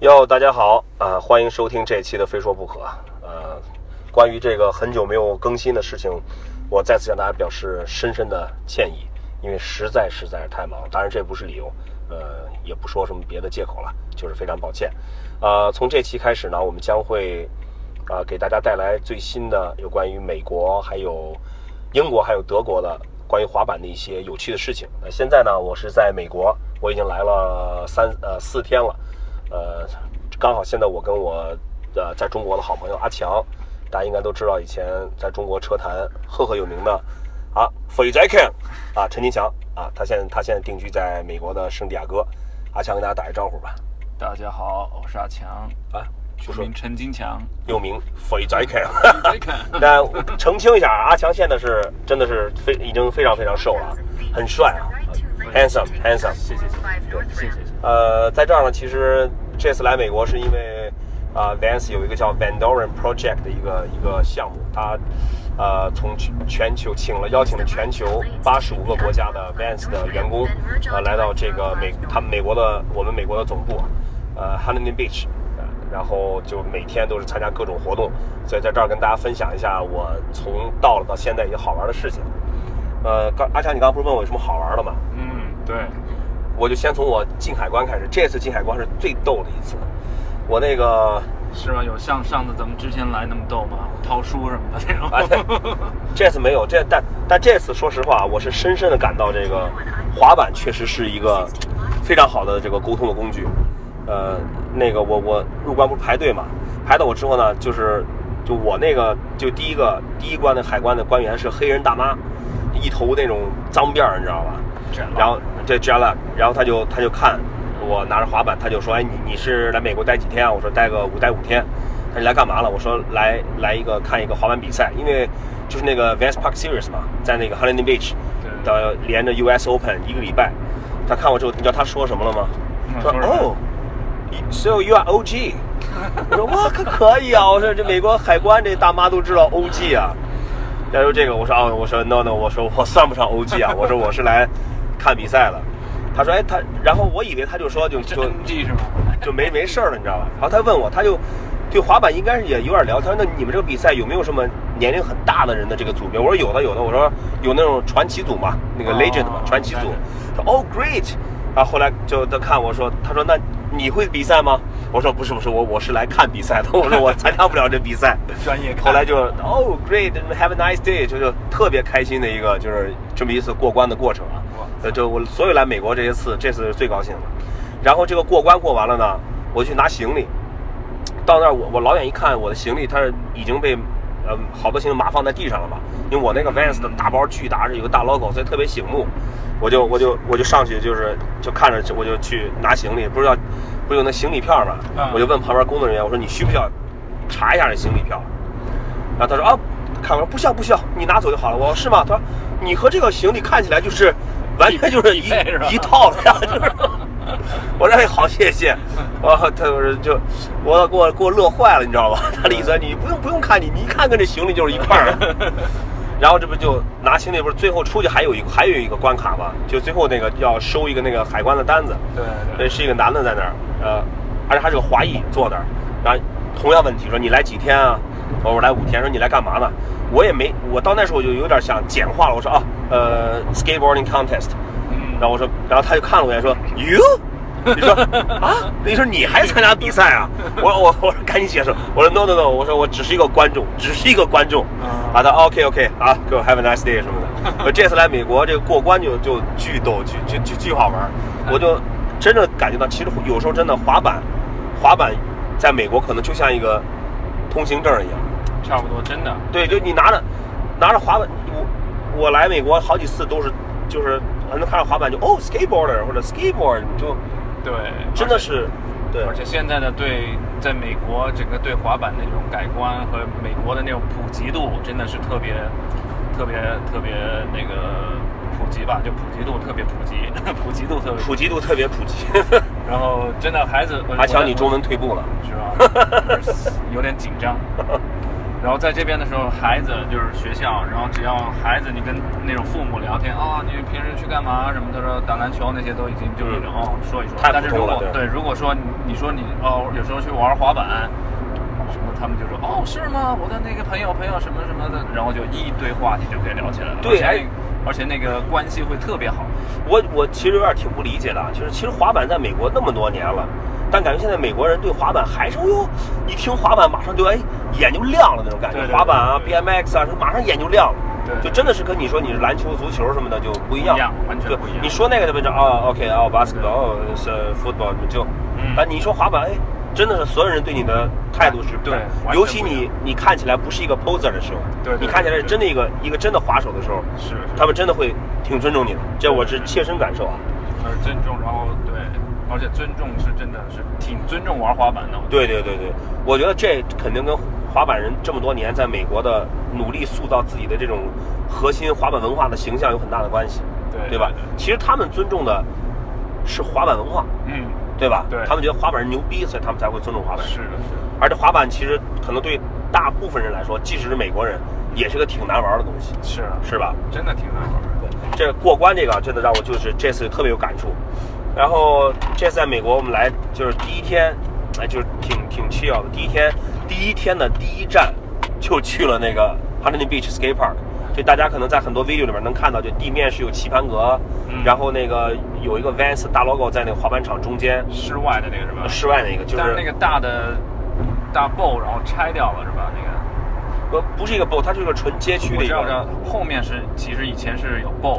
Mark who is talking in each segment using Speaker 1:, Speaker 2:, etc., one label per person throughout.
Speaker 1: 哟，大家好啊、欢迎收听这一期的《非说不可》。呃，关于这个很久没有更新的事情，我再次向大家表示深深的歉意，因为实在实在是太忙。当然这不是理由，呃，也不说什么别的借口了，就是非常抱歉。呃，从这期开始呢，我们将会啊、给大家带来最新的有关于美国还有英国还有德国的关于滑板的一些有趣的事情。那现在呢，我是在美国，我已经来了三呃四天了，呃，刚好现在我跟我呃在中国的好朋友阿强，大家应该都知道，以前在中国车坛赫赫有名的啊肥宅 King 啊陈金强啊，他现在他现在定居在美国的圣地亚哥，阿强跟大家打个招呼吧
Speaker 2: 大家好，我是阿强，
Speaker 1: 啊，就
Speaker 2: 全
Speaker 1: 说
Speaker 2: 名陈 金强。
Speaker 1: 又名肥宅 King。
Speaker 2: 再看，
Speaker 1: 那澄清一下，阿强现在是真的是非已经非常非常瘦了，很帅啊，handsome handsome。
Speaker 2: 谢谢谢谢谢谢谢谢。
Speaker 1: 呃，在这儿呢，其实这次来美国是因为啊、v a n c e 有一个叫 Van Doren Project 的一个一个项目，他呃从全全球请了邀请了全球八十五个国家的 Vans 的员工呃来到这个美他们美国的我们美国的总部呃 Huntington Beach，呃然后就每天都是参加各种活动，所以在这儿跟大家分享一下我从到了到现在一些好玩的事情。呃，刚阿强，你刚刚不是问我有什么好玩的吗？
Speaker 2: 嗯，对，
Speaker 1: 我就先从我进海关开始。这次进海关是最逗的一次，我那个
Speaker 2: 是吗？有像上次咱们之前来那么逗吗？我掏书什么的那
Speaker 1: 哎
Speaker 2: 种。
Speaker 1: 这次没有，这但但这次说实话，我是深深的感到这个滑板确实是一个非常好的这个沟通的工具。呃，那个我我入关不是排队嘛，排到我之后呢，就是就我那个就第一个第一关的海关的官员是黑人大妈，一头那种脏辫儿，你知道吧？然后这 j a l a 然后他就他就看我拿着滑板，他就说：“哎，你你是来美国待几天啊？”我说：“待个五待五天。”他说：“你来干嘛了？”我说：“来来一个看一个滑板比赛，因为就是那个 Vans Park Series 嘛，在那个 Huntington Beach
Speaker 2: 对
Speaker 1: 的连着 US Open 一个礼拜。”他看我之后，你知道他说什么了吗？
Speaker 2: 嗯
Speaker 1: 说
Speaker 2: 说什么
Speaker 1: 哦，So you are OG？我 说我可可以啊！我说这美国海关这大妈都知道 OG 啊。要说这个，我说啊，我说 no no，我说我算不上 OG 啊，我说我是来看比赛的。他说哎他，然后我以为他就说就
Speaker 2: 这
Speaker 1: 就
Speaker 2: NG 是吗？
Speaker 1: 就没没事儿了，你知道吧？然后他问我，他就对滑板应该是也有点了解。他说那你们这个比赛有没有什么年龄很大的人的这个组别？我说有的有的，我说有那种传奇组嘛，那个
Speaker 2: 哦
Speaker 1: legend 嘛，传奇组。他说哦 great，然后后来就他看我说，他说那你会比赛吗？我说不是不是，我我是来看比赛的，我说我参加不了这比赛。
Speaker 2: 专业看。
Speaker 1: 后来就 哦 great，have a nice day，就就特别开心的一个就是这么一次过关的过程啊。呃，就我所有来美国这些次，这次是最高兴的。然后这个过关过完了呢，我去拿行李，到那儿我我老远一看，我的行李它是已经被呃好多行李码放在地上了嘛，因为我那个 Vans 的大包巨大，是有个大 logo，所以特别醒目。我就我就我就上去就是就看着就我就去拿行李，不是要不是有那行李票嘛
Speaker 2: 嗯，
Speaker 1: 我就问旁边工作人员，我说你需不需要查一下这行李票？然后他说啊，看我说不需要不需要，你拿走就好了。我说是吗？他说你和这个行李看起来就是完全就是一
Speaker 2: 匹配是吧
Speaker 1: 一套的呀， 就是。我说哎好谢谢，我他就是就我给我给我乐坏了，你知道吧？ 他的意
Speaker 2: 嗯
Speaker 1: 思你不用不用看你，你一看跟这行李就是一块儿 的。然后这不就拿行李，不是最后出去还有一个还有一个关卡嘛？就最后那个要收一个那个海关的单子。
Speaker 2: 对对
Speaker 1: 对，是一个男的在那儿，呃，而且还是个华裔坐那儿，然后同样问题说你来几天啊？我说我来五天，说你来干嘛呢？我也没，我到那时候我就有点想简化了，我说啊，呃，skateboarding contest，
Speaker 2: 嗯
Speaker 1: 然后我说，然后他就看了我一眼说，you。你说 啊？你说你还参加比赛啊？我说我我说赶紧解释，我说 no no no，我说我只是一个观众，只是一个观众。
Speaker 2: 嗯
Speaker 1: 啊，他 OK OK 啊，给我 have a nice day 什么 的。我这次来美国，这个过关就就巨逗，巨巨巨巨好玩儿。我就真的感觉到，其实有时候真的滑板，滑板在美国可能就像一个通行证一样。
Speaker 2: 差不多，真的。
Speaker 1: 对，就你拿着拿着滑板，我我来美国好几次都是就是可能看着滑板就哦 skateboarder 或者 skateboard 就
Speaker 2: 对，
Speaker 1: 真的是对，
Speaker 2: 而且现在的对在美国整个对滑板的这种改观和美国的那种普及度，真的是特别特别特别那个普及吧，就普及度特别普及， 普及度特别。
Speaker 1: 普及度特别 普及。
Speaker 2: 然后真的孩子，我
Speaker 1: 阿强，你中文退步了。
Speaker 2: 是吧？有点紧张。然后在这边的时候，孩子就是学校，然后只要孩子你跟那种父母聊天啊、你平时去干嘛什么，他说打篮球那些都已经就是
Speaker 1: 嗯
Speaker 2: 哦说一说。
Speaker 1: 太普
Speaker 2: 但是如
Speaker 1: 通了
Speaker 2: 果
Speaker 1: 对
Speaker 2: 对如果说你你说你哦有时候去玩滑板，什么他们就说哦是吗？我的那个朋友朋友什么什么的，然后就一堆话题就可以聊起来了。
Speaker 1: 对
Speaker 2: 而且
Speaker 1: 哎
Speaker 2: 而且那个关系会特别好。
Speaker 1: 我我其实有点挺不理解的，啊，就是其实滑板在美国那么多年了，但感觉现在美国人对滑板还是哟，一听滑板马上就哎眼就亮了那种感觉，
Speaker 2: 对对
Speaker 1: 滑板啊、
Speaker 2: 对
Speaker 1: BMX 啊，马上眼就亮了。
Speaker 2: 对
Speaker 1: 就真的是跟你说你是篮球、足球什么的就不一样，
Speaker 2: 不一样完全
Speaker 1: 对
Speaker 2: 不一样
Speaker 1: 你说那个的文章啊，OK 啊，basketball 哦是 football 就，
Speaker 2: 嗯
Speaker 1: 但你一说滑板，哎，真的是所有人对你的态度是不
Speaker 2: 对
Speaker 1: 一样
Speaker 2: 完全
Speaker 1: 尤其
Speaker 2: 不一样
Speaker 1: 你你看起来不是一个 poser 的时候，
Speaker 2: 对
Speaker 1: 你
Speaker 2: 对
Speaker 1: 看起来是
Speaker 2: 对
Speaker 1: 真的一个一个真的滑手的时候，
Speaker 2: 是
Speaker 1: 他们真的会挺尊重你的，这我是切身感受啊。
Speaker 2: 而尊重，然后对，而且尊重是真的是挺尊重玩滑板的。我觉
Speaker 1: 对
Speaker 2: 得
Speaker 1: 对对对，我觉得这肯定跟滑板人这么多年在美国的努力塑造自己的这种核心滑板文化的形象有很大的关系，
Speaker 2: 对
Speaker 1: 对吧
Speaker 2: 对对
Speaker 1: 其实他们尊重的是滑板文化，
Speaker 2: 嗯，
Speaker 1: 对吧？
Speaker 2: 对
Speaker 1: 他们觉得滑板人牛逼，所以他们才会尊重滑板。
Speaker 2: 是的，是的，
Speaker 1: 而且滑板其实可能对大部分人来说，即使是美国人，也是个挺难玩的东西，
Speaker 2: 是的，
Speaker 1: 是吧？
Speaker 2: 真的挺难玩的。
Speaker 1: 这过关这个啊真的让我就是这次特别有感触。然后这次在美国我们来就是第一天，哎，就是挺挺 chill 的。第一天第一天的第一站就去了那个 Huntington Beach Skate Park。就大家可能在很多 video 里面能看到，就地面是有棋盘格，
Speaker 2: 嗯
Speaker 1: 然后那个有一个 Vans 大 logo 在那个滑板场中间，
Speaker 2: 室外的那个是吧？
Speaker 1: 室外那呃个就是
Speaker 2: 但是那个大的大 bow 然后拆掉了是吧？那个
Speaker 1: 呃不是一个 bowl，它就是个纯街区
Speaker 2: 我
Speaker 1: 的一
Speaker 2: 知
Speaker 1: 个
Speaker 2: 道，我知道，后面是其实以前是有 bow，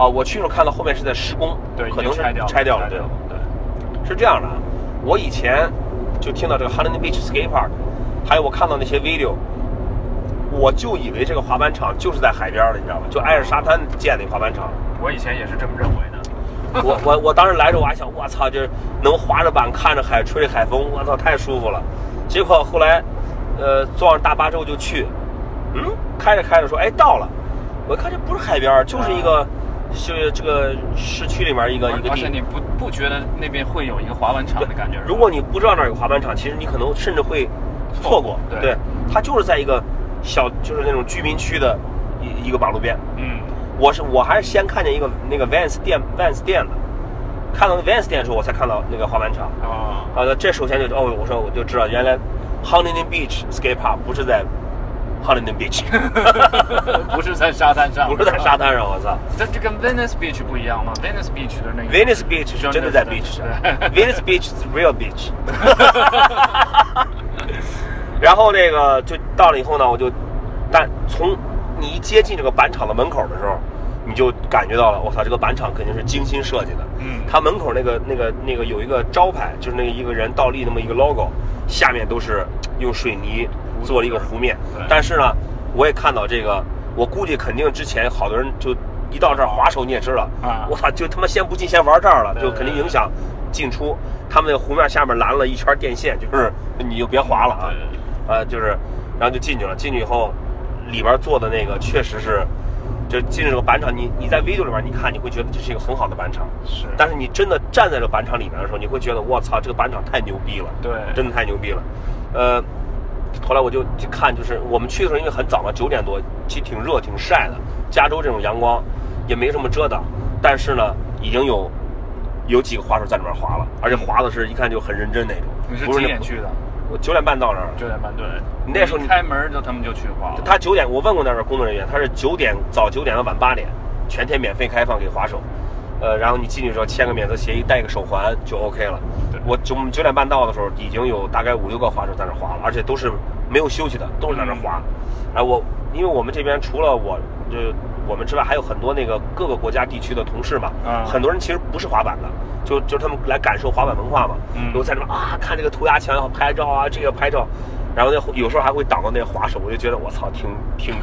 Speaker 1: 啊，我去的时候看到后面是在施工，
Speaker 2: 对，已
Speaker 1: 可
Speaker 2: 经
Speaker 1: 能是
Speaker 2: 拆掉了，
Speaker 1: 拆掉了，
Speaker 2: 对
Speaker 1: 对。是这样的，啊，我以前就听到这个 Huntington Beach Skate Park，还有我看到那些 video，我就以为这个滑板场就是在海边儿的，你知道吧？就挨着沙滩建的滑板场。
Speaker 2: 我以前也是这么认为的。
Speaker 1: 我我我当时来着，我还想，我操，这能滑着板看着海，吹着海风，我操，太舒服了。结果后来，呃，坐上大巴之后就去，嗯，开着开着说，哎，到了。我一看这不是海边儿，就是一个，是这个市区里面一个
Speaker 2: 而
Speaker 1: 一个地
Speaker 2: 而啊且。你不不觉得那边会有一个滑板场的感觉？是吧
Speaker 1: 如果你不知道那儿有滑板场，其实你可能甚至会错过。
Speaker 2: 对
Speaker 1: 它就是在一个小，就是那种居民区的一一个马路边。
Speaker 2: 嗯，
Speaker 1: 我是我还是先看见一个那个 Vans 店 Vans 店的，看到那 Vans 店的时候，我才看到那个滑板场。
Speaker 2: 哦，
Speaker 1: 啊，那这首先就哦，我说我就知道原来 Huntington Beach Skate Park 不是在 Huntington Beach，
Speaker 2: 不是在沙滩上，
Speaker 1: 不是在沙滩上，我操。
Speaker 2: 这 这跟 Venice Beach 不一样吗？Venice Beach 的那个
Speaker 1: Venice Beach 是真的在 beach 上
Speaker 2: 对
Speaker 1: ，Venice Beach is real beach。然后那个就到了以后呢，我就，但从你一接近这个板场的门口的时候，你就感觉到了，我操，这个板场肯定是精心设计的。
Speaker 2: 嗯
Speaker 1: 它门口那个那个那个有一个招牌，就是那个一个人倒立那么一个 logo，下面都是用水泥做了一个湖面
Speaker 2: 对。
Speaker 1: 但是呢，我也看到这个，我估计肯定之前好多人就一到这儿划手，你也知道，
Speaker 2: 啊
Speaker 1: 我操，就他妈先不进，先玩这儿了，
Speaker 2: 对
Speaker 1: 就肯定影响进出。他们那个湖面下面拦了一圈电线，就是你就别滑了啊
Speaker 2: 对对对，
Speaker 1: 呃，就是，然后就进去了。进去以后，里边做的那个确实是，就进这个板场，你你在 video 里边你看，你会觉得这是一个很好的板场，
Speaker 2: 是
Speaker 1: 但是你真的站在这个板场里面的时候，你会觉得我操，这个板场太牛逼了，
Speaker 2: 对
Speaker 1: 真的太牛逼了，呃。后来我就去看，就是我们去的时候，因为很早嘛，九点多，其实挺热、挺晒的。加州这种阳光也没什么遮挡，但是呢，已经有有几个滑手在里面滑了，而且滑的是一看就很认真那种。
Speaker 2: 你是
Speaker 1: 不是
Speaker 2: 几
Speaker 1: 那
Speaker 2: 点去的？
Speaker 1: 我九点半到那儿，
Speaker 2: 九点半对。
Speaker 1: 那时候
Speaker 2: 一
Speaker 1: 你
Speaker 2: 开门就他们就去滑了。
Speaker 1: 他九点，我问过那边工作人员，他是九点早九点到晚八点，全天免费开放给滑手。呃，然后你进去之后签个免责协议，戴个手环就 OK 了
Speaker 2: 对。
Speaker 1: 我九九点半到的时候，已经有大概五六个滑手在那滑了，而且都是没有休息的，都是在那
Speaker 2: 嗯
Speaker 1: 滑。然后我，因为我们这边除了我，就我们之外，还有很多那个各个国家地区的同事嘛，
Speaker 2: 啊
Speaker 1: 很多人其实不是滑板的，就就他们来感受滑板文化嘛。
Speaker 2: 嗯
Speaker 1: 有在那边啊，看这个涂鸦墙要拍照啊，这个拍照，然后那有时候还会挡到那滑手，我就觉得我操，挺 挺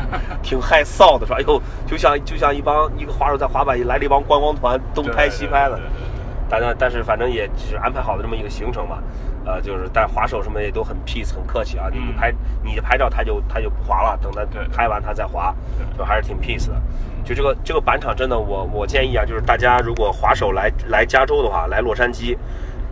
Speaker 1: 挺害臊的，说哎呦，就像就像一帮一个滑手在滑板来了一帮观光团，东
Speaker 2: 对
Speaker 1: 拍西拍的
Speaker 2: 对对对对。
Speaker 1: 大家但是反正也只是安排好的这么一个行程嘛，呃，就是但滑手什么的也都很 peace 很客气啊，你
Speaker 2: 嗯
Speaker 1: 你拍你拍照他就他就不滑了，等他
Speaker 2: 对
Speaker 1: 拍完他再滑
Speaker 2: 对，嗯
Speaker 1: 就还是挺 peace 的。就这个这个板场真的我我建议啊，就是大家如果滑手来来加州的话，来洛杉矶，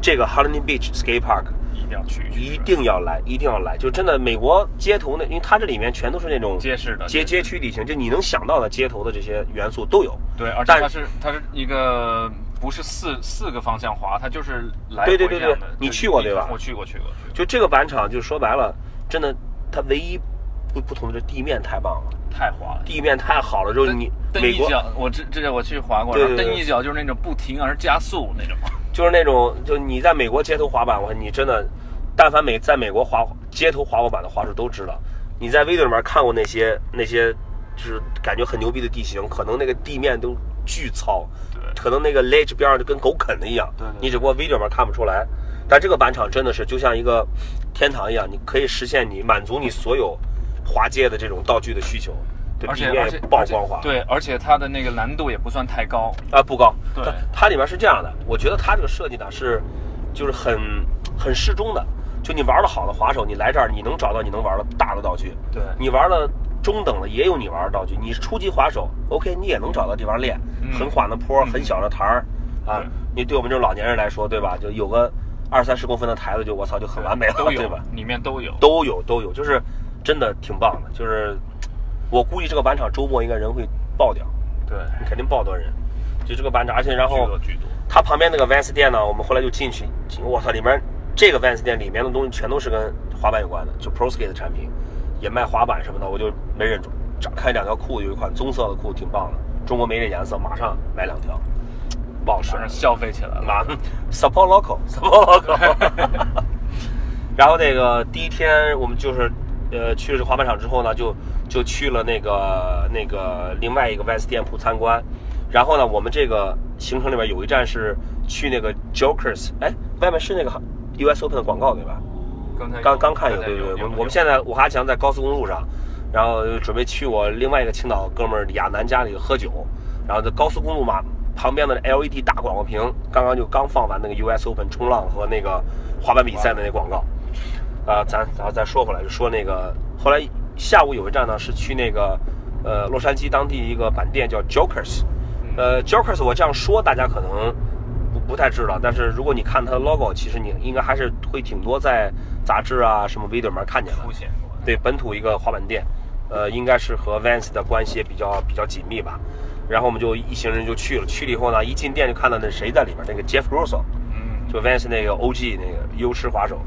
Speaker 1: 这个 Harmony Beach Skate Park
Speaker 2: 一定要去
Speaker 1: 一
Speaker 2: 去
Speaker 1: 定要来，一定要来，就真的美国街头那，因为它这里面全都是那种
Speaker 2: 街市的
Speaker 1: 街街区地形，就你能想到的街头的这些元素都有。
Speaker 2: 对，而且
Speaker 1: 但
Speaker 2: 它是它是一个不是四四个方向滑，它就是来
Speaker 1: 对
Speaker 2: 回
Speaker 1: 对
Speaker 2: 这
Speaker 1: 对对
Speaker 2: 样的。
Speaker 1: 你
Speaker 2: 就是
Speaker 1: 去过对吧
Speaker 2: 我去过去过去过，
Speaker 1: 就这个板场，就说白了，真的它唯一不不同的就是地面太棒了，
Speaker 2: 太滑了。
Speaker 1: 地面太好了，就是你
Speaker 2: 蹬
Speaker 1: 美
Speaker 2: 一
Speaker 1: 国
Speaker 2: 脚，我这这我去滑过，
Speaker 1: 对
Speaker 2: 然后
Speaker 1: 对对
Speaker 2: 蹬一脚就是那种不停而加速那种。
Speaker 1: 就是那种，就你在美国街头滑板，我你真的，但凡美在美国滑街头滑过板的滑手都知道，你在 video 里面看过那些那些，就是感觉很牛逼的地形，可能那个地面都巨糙，
Speaker 2: 对
Speaker 1: 可能那个 ledge 边上就跟狗啃的一样，
Speaker 2: 对对对
Speaker 1: 你只不过 video 里面看不出来。但这个板场真的是就像一个天堂一样，你可以实现你满足你所有滑街的这种道具的需求，对
Speaker 2: 而
Speaker 1: 地
Speaker 2: 且而
Speaker 1: 面
Speaker 2: 且
Speaker 1: 也爆
Speaker 2: 而且
Speaker 1: 光滑，
Speaker 2: 对，而且它的那个难度也不算太高。
Speaker 1: 啊，不高。
Speaker 2: 对
Speaker 1: 它它里面是这样的，我觉得它这个设计呢是，就是很很适中的。就你玩的好的滑手，你来这儿你能找到你能玩的大的道具，
Speaker 2: 对
Speaker 1: 你玩的中等的也有你玩的道具。你是初级滑手，OK，你也能找到地方练，
Speaker 2: 嗯
Speaker 1: 很缓的坡，
Speaker 2: 嗯
Speaker 1: 很小的台儿，啊
Speaker 2: 对，
Speaker 1: 你对我们这种老年人来说，对吧？就有个二三十公分的台子，就我操，就很完美了，
Speaker 2: 都
Speaker 1: 对
Speaker 2: 有
Speaker 1: 吧？，
Speaker 2: 里面都有。
Speaker 1: 都有都有，就是真的挺棒的。就是我估计这个板场周末应该人会爆掉，
Speaker 2: 对，
Speaker 1: 肯定爆多人。就这个板场，而且然
Speaker 2: 巨
Speaker 1: 后
Speaker 2: 多巨多。
Speaker 1: 它旁边那个 Vans 店呢，我们后来就进去，进我操，里面这个 Vans 店里面的东西全都是跟滑板有关的，就 Pro Skate 的产品，也卖滑板什么的，我就没忍住，展开两条裤子，有一款棕色的裤子挺棒的，中国没这颜色，马上买两条，不好使
Speaker 2: 马，上消费起来了。
Speaker 1: 啊，support local，support local。然后那个第一天我们就是，呃，去了滑板场之后呢，就就去了那个那个另外一个 Vans 店铺参观。然后呢，我们这个行程里面有一站是去那个 Jokers，哎，外面是那个 US Open 的广告对吧？
Speaker 2: 刚才有
Speaker 1: 刚刚看有
Speaker 2: 刚才
Speaker 1: 对
Speaker 2: 有
Speaker 1: 对对，
Speaker 2: 有
Speaker 1: 我们
Speaker 2: 有
Speaker 1: 我们现在我还强在高速公路上，然后准备去我另外一个青岛哥们儿亚楠家里喝酒，然后在高速公路嘛旁边的 LED 大广告屏，刚刚就刚放完那个 US Open 冲浪和那个滑板比赛的那广告，啊，咱咱再说回来，就说那个后来下午有一站呢是去那个呃洛杉矶当地一个板店叫 Jokers，
Speaker 2: 嗯
Speaker 1: 呃 Jokers 我这样说大家可能不不太知道，但是如果你看它的 logo，其实你应该还是会挺多在杂志啊什么 video 里面看见的
Speaker 2: 出。现过。
Speaker 1: 对，本土一个滑板店，呃，应该是和 Vans 的关系也比较比较紧密吧。然后我们就一行人就去了，去了以后呢，一进店就看到那谁在里面，那个 Jeff Russo，
Speaker 2: 嗯，
Speaker 1: 就 Vans 那个 OG 那个优势滑手，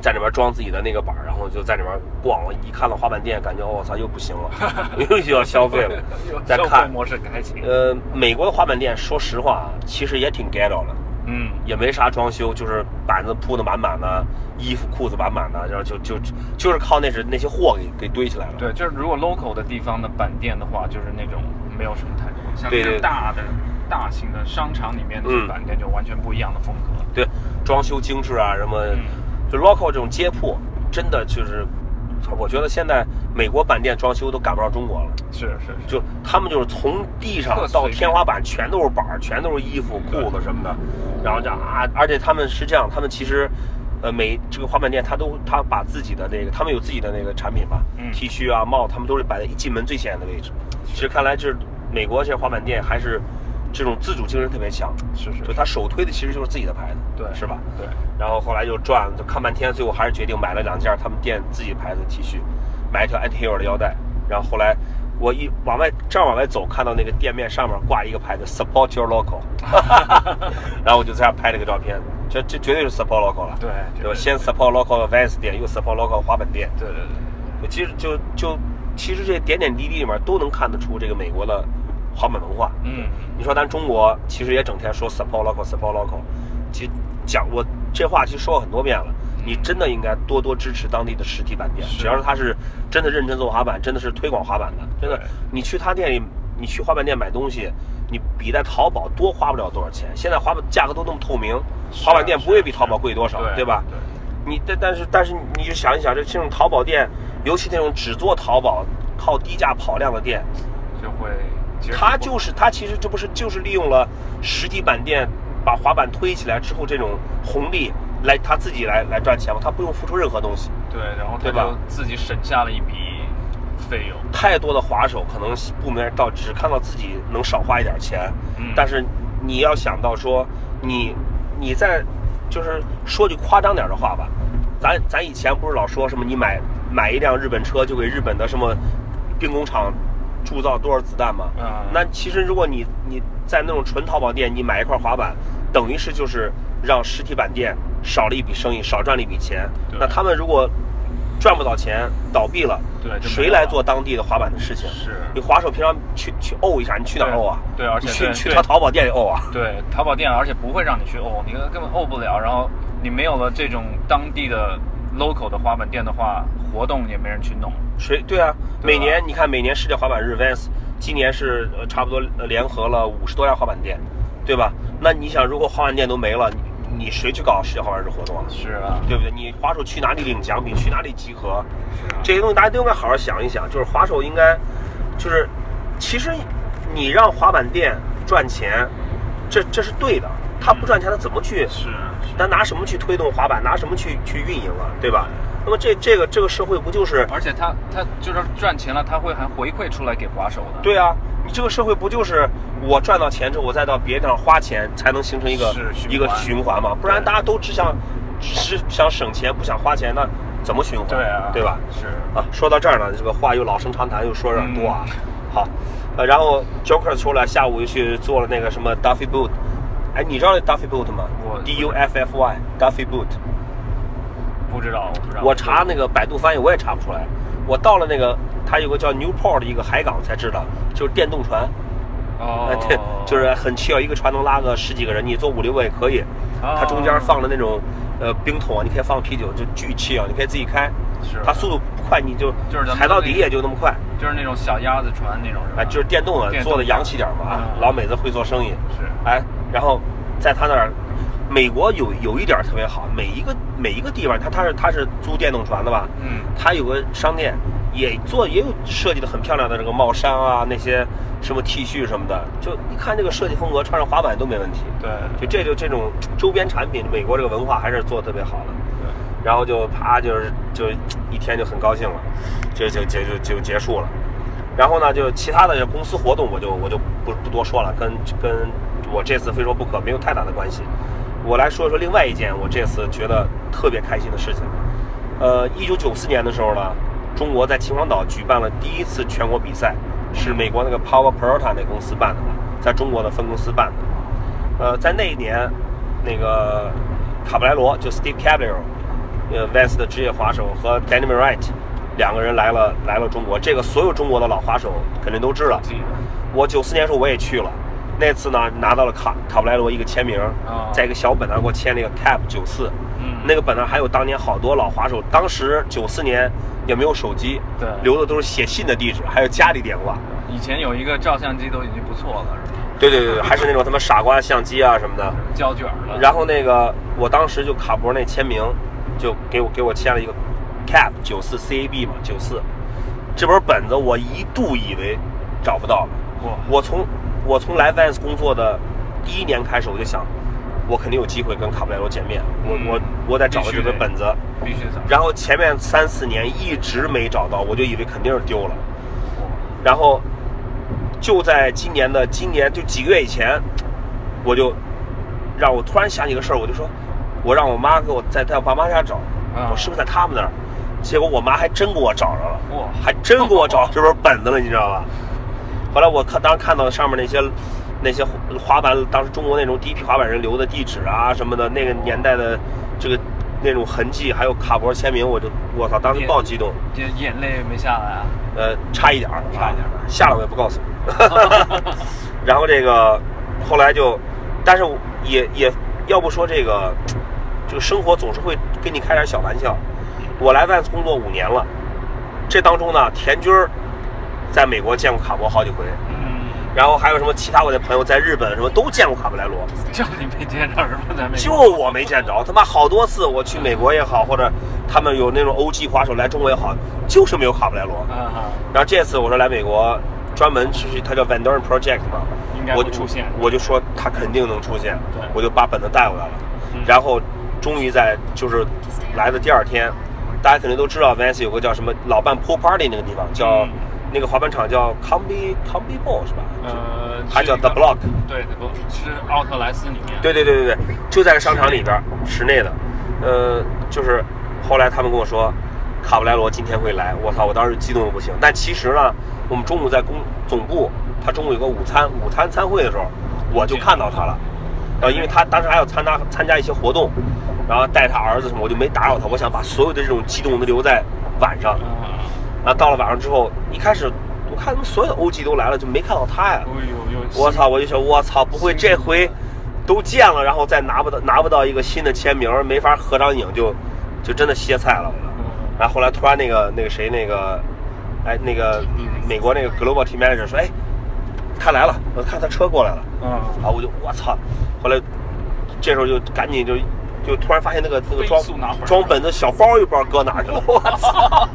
Speaker 1: 在里面装自己的那个板儿，然后就在里面逛。我一看到滑板店，感觉我操、又不行了， 又需要消 费了
Speaker 2: 有。
Speaker 1: 再
Speaker 2: 消费
Speaker 1: 看，
Speaker 2: 模式改起。
Speaker 1: 呃，美国的滑板店，说实话啊，其实也挺 ghetto 的，
Speaker 2: 嗯，
Speaker 1: 也没啥装修，就是板子铺的满满的，衣服裤子满满的，然后就就就是靠那是那些货给给堆起来了。
Speaker 2: 对，就是如果 local 的地方的板店的话，就是那种没有什么太多，像
Speaker 1: 对
Speaker 2: 这
Speaker 1: 对
Speaker 2: 种大的大型的商场里面
Speaker 1: 嗯
Speaker 2: 的板店就完全不一样的风格。
Speaker 1: 对，装修精致啊，什么、
Speaker 2: 嗯
Speaker 1: 就 local 这种街铺，真的就是，我觉得现在美国板店装修都赶不上中国了。
Speaker 2: 是是是，
Speaker 1: 就他们就是从地上
Speaker 2: 特随
Speaker 1: 到
Speaker 2: 便
Speaker 1: 天花板全都是板儿，全都是衣服、裤子什么的，然后这样啊，而且他们是这样，他们其实，呃，每这个滑板店他都他把自己的那个，他们有自己的那个产品吧、
Speaker 2: 嗯
Speaker 1: t 恤啊、帽，他们都是摆在一进门最显眼的位置。其实看来这美国这滑板店还是这种自主精神特别强，
Speaker 2: 是是
Speaker 1: 就他首推的其实就是自己的牌子，
Speaker 2: 对
Speaker 1: 是吧？
Speaker 2: 对，
Speaker 1: 然后后来就转，就看半天，最后还是决定买了两件他们店自己牌子的 T 恤，买一条 Anterior 的腰带。然后后来我一往外正往外走，看到那个店面上面挂一个牌子 “Support Your Local”，然后我就在那拍了个照片，这这绝对是 Support Local 了，
Speaker 2: 对
Speaker 1: 对
Speaker 2: 绝
Speaker 1: 吧？
Speaker 2: 对
Speaker 1: 先 Support Local Vans 店，又 Support Local 滑板店，
Speaker 2: 对对对，
Speaker 1: 其实就就其实这些点点滴滴里面都能看得出这个美国的滑板文化，
Speaker 2: 嗯，
Speaker 1: 你说咱中国其实也整天说 support local support local，其实讲我这话其实说过很多遍了，你真的应该多多支持当地的实体板店，
Speaker 2: 嗯是
Speaker 1: 只要是他是真的认真做滑板，真的是推广滑板的，真的
Speaker 2: 对，
Speaker 1: 你去他店里，你去滑板店买东西，你比在淘宝多花不了多少钱，现在滑板价格都那么透明，
Speaker 2: 是啊
Speaker 1: 滑板店不会比
Speaker 2: 是啊
Speaker 1: 淘宝贵多少，
Speaker 2: 对
Speaker 1: 对吧？
Speaker 2: 对
Speaker 1: 你但但是但是你就想一想，就这种淘宝店，尤其那种只做淘宝靠低价跑量的店，
Speaker 2: 就会，其实
Speaker 1: 他
Speaker 2: 不
Speaker 1: 就是他，其实这不是就是利用了实体板店把滑板推起来之后这种红利来他自己来来赚钱嘛，他不用付出任何东西。
Speaker 2: 对，然后
Speaker 1: 对
Speaker 2: 他
Speaker 1: 吧
Speaker 2: 就自己省下了一笔费用。
Speaker 1: 太多的滑手可能部门到只看到自己能少花一点钱，
Speaker 2: 嗯
Speaker 1: 但是你要想到说你你在就是说句夸张点的话吧，咱咱以前不是老说什么你买买一辆日本车就给日本的什么兵工厂铸造多少子弹吗？
Speaker 2: 嗯
Speaker 1: 那其实如果你你在那种纯淘宝店，你买一块滑板，等于是就是让实体板店少了一笔生意，少赚了一笔钱
Speaker 2: 对。
Speaker 1: 那他们如果赚不到钱，倒闭了，
Speaker 2: 对就没
Speaker 1: 谁
Speaker 2: 有
Speaker 1: 来
Speaker 2: 了
Speaker 1: 做当地的滑板的事情？
Speaker 2: 是
Speaker 1: 你滑手平常去去怄一下，你去哪儿怄啊？
Speaker 2: 对对而且
Speaker 1: 你去
Speaker 2: 对
Speaker 1: 去
Speaker 2: 对
Speaker 1: 他淘宝店里怄啊？
Speaker 2: 对，淘宝店而且不会让你去欧，你根本欧哦不了。然后你没有了这种当地的 local 的滑板店的话，活动也没人去弄。
Speaker 1: 谁对啊？
Speaker 2: 对吧
Speaker 1: 每年你看，每年世界滑板日 Vans，今年是呃差不多呃联合了五十多家滑板店，对吧？那你想，如果滑板店都没了，你你谁去搞世界滑板日活动啊？
Speaker 2: 是啊，
Speaker 1: 对不对？你滑手去哪里领奖品，去哪里集合，
Speaker 2: 是啊，
Speaker 1: 这些东西大家都应该好好想一想。就是滑手应该，就是其实你让滑板店赚钱，这这是对的。他不赚钱，他怎么去？
Speaker 2: 是是
Speaker 1: 他拿什么去推动滑板？拿什么去去运营啊？对吧？那么这这个这个社会不就是
Speaker 2: 而且他他就是赚钱了，他会还回馈出来给滑手的。
Speaker 1: 对啊，你这个社会不就是我赚到钱之后，我再到别的地方花钱，才能形成一个
Speaker 2: 是循环
Speaker 1: 一个循环嘛？不然
Speaker 2: 对
Speaker 1: 大家都只想只想省钱，不想花钱，那怎么循环？
Speaker 2: 对啊，
Speaker 1: 对吧？
Speaker 2: 是
Speaker 1: 啊，说到这儿呢，这个话又老生常谈，又说有点多啊。
Speaker 2: 嗯
Speaker 1: 好，呃，然后 Joker 出来，下午又去做了那个什么 Duffy Boot。哎，你知道那 Duffy Boot 吗
Speaker 2: 我
Speaker 1: ？D U F F Y Duffy Boot。
Speaker 2: 不知道，我不知道。
Speaker 1: 我查那个百度翻译我也查不出来，我到了那个它有个叫 Newport 的一个海港才知道，就是电动船。
Speaker 2: 哦
Speaker 1: 哎， 对，就是很需要一个船能拉个十几个人，你坐五六个也可以。
Speaker 2: 哦
Speaker 1: 它中间放了那种呃冰桶啊，你可以放啤酒，就巨气啊，你可以自己开。
Speaker 2: 是
Speaker 1: 它速度不快，你就
Speaker 2: 就是咱们
Speaker 1: 踩到
Speaker 2: 那个
Speaker 1: 底也就那么快。
Speaker 2: 就是那种小鸭子船那种是吧？
Speaker 1: 哎，就是电动的，
Speaker 2: 电动
Speaker 1: 做的洋气点嘛。啊
Speaker 2: 嗯
Speaker 1: 老美子会做生意。
Speaker 2: 是
Speaker 1: 哎，然后在他那儿，美国有有一点儿特别好，每一个每一个地方，它它是它是租电动船的吧？
Speaker 2: 嗯
Speaker 1: 它有个商店，也做也有设计的很漂亮的这个帽衫啊，那些什么 T 恤什么的，就一看这个设计风格，穿上滑板都没问题。
Speaker 2: 对
Speaker 1: 就这就这种周边产品，美国这个文化还是做的特别好的。
Speaker 2: 对
Speaker 1: 然后就啪就是就一天就很高兴了，就就就就就结束了。然后呢，就其他的公司活动我就我就不不多说了，跟跟我这次非说不可没有太大的关系。我来说一说另外一件我这次觉得特别开心的事情。呃，一九九四年的时候呢，中国在秦皇岛举办了第一次全国比赛，是美国那个 Power Peralta 那公司办的嘛，在中国的分公司办的。呃，在那一年，那个卡布莱罗就 Steve Caballero，呃 Vans 的职业滑手和 Danny m Wright 两个人来了来了中国，这个所有中国的老滑手肯定都知道。
Speaker 2: 记得
Speaker 1: 我九四年时候我也去了，那次呢拿到了卡卡布莱罗一个签名，
Speaker 2: 哦
Speaker 1: 在一个小本上给我签了一个 Cap 九四、
Speaker 2: 嗯
Speaker 1: 那个本上还有当年好多老滑手，当时九四年也没有手机，
Speaker 2: 对
Speaker 1: 留的都是写信的地址，还有家里电话。
Speaker 2: 以前有一个照相机都已经不错了，是吧？
Speaker 1: 对对对对，还是那种他妈傻瓜相机啊什么的。
Speaker 2: 胶卷了，
Speaker 1: 然后那个我当时就卡博那签名，就给我给我签了一个 cap 九四 cab 嘛九四，这本本子我一度以为找不到了。
Speaker 2: 哇
Speaker 1: 我从我从来 Vans 工作的第一年开始，我就想，我肯定有机会跟卡布莱罗见面，我
Speaker 2: 嗯
Speaker 1: 我我得找到
Speaker 2: 必须
Speaker 1: 这本
Speaker 2: 得
Speaker 1: 本子。
Speaker 2: 必须扫。
Speaker 1: 然后前面三四年一直没找到，我就以为肯定是丢了。然后就在今年的今年就几个月以前，我就让我突然想起个事儿，我就说，我让我妈给我在在我爸妈家找，
Speaker 2: 啊
Speaker 1: 我是不是在他们那儿？结果我妈还真给我找着了，
Speaker 2: 哇
Speaker 1: 还真给我找这本本子了，你知道吧？后来我看当时看到上面那些那些滑板，当时中国那种第一批滑板人留的地址啊什么的，那个年代的这个那种痕迹，还有卡博签名，我就我操，当时爆激动。
Speaker 2: 眼眼泪没下来啊！
Speaker 1: 呃，差一点儿，
Speaker 2: 差一点儿
Speaker 1: 啊下来我也不告诉 你。 然后这个后来就，但是我也也要不说这个，这个生活总是会跟你开点小玩笑。我来 Vans 工作五年了，这当中呢，田军儿在美国见过卡博好几回，
Speaker 2: 嗯，
Speaker 1: 然后还有什么其他我的朋友在日本什么都见过卡布莱罗，
Speaker 2: 就你没见着是吧？咱们
Speaker 1: 就我没见着。他妈好多次我去美国也好，或者他们有那种 OG 滑手来中国也好，就是没有卡布莱罗。
Speaker 2: 啊，
Speaker 1: 然后这次我说来美国，专门去它叫 Van Doren Project 嘛，
Speaker 2: 应该
Speaker 1: 我
Speaker 2: 会
Speaker 1: 就
Speaker 2: 出现
Speaker 1: 我就说他肯定能出现
Speaker 2: 对，
Speaker 1: 我就把本子带回来了。
Speaker 2: 嗯
Speaker 1: 然后终于在就是来的第二天，大家肯定都知道 Vans 有个叫什么老办 pool party 那个地方叫
Speaker 2: 嗯
Speaker 1: 那个滑板场叫 Combi Combi Ball 是吧？
Speaker 2: 呃，
Speaker 1: 它
Speaker 2: 是
Speaker 1: 叫
Speaker 2: 一个
Speaker 1: The Block
Speaker 2: 对，不是奥特莱斯里面。
Speaker 1: 对对对对对，就在商场里边儿，室内的。呃，就是后来他们跟我说，卡布莱罗今天会来，我操，我当时激动的不行。但其实呢，我们中午在公总部，他中午有个午餐午餐餐会的时候，我就看到他了。呃，因为他当时还要参加参加一些活动，然后带他儿子什么，我就没打扰他。我想把所有的这种激动都留在晚上。
Speaker 2: 啊，
Speaker 1: 然后到了晚上之后，一开始我看他们所有的 OG 都来了，就没看到他呀。
Speaker 2: 有有有，
Speaker 1: 我操！我就想，我操，不会这回都见了，然后再拿不到拿不到一个新的签名，没法合张影，就就真的歇菜了。我
Speaker 2: 嗯
Speaker 1: 都然后后来突然那个那个谁那个，哎那个嗯美国那个 Global Team Manager 说，哎，他来了，我看他车过来了，
Speaker 2: 嗯，
Speaker 1: 啊，我就我操！后来这时候就赶紧就就突然发现那个那个装
Speaker 2: 飞速拿回来
Speaker 1: 装本的小包也不知道搁哪儿去了，我操！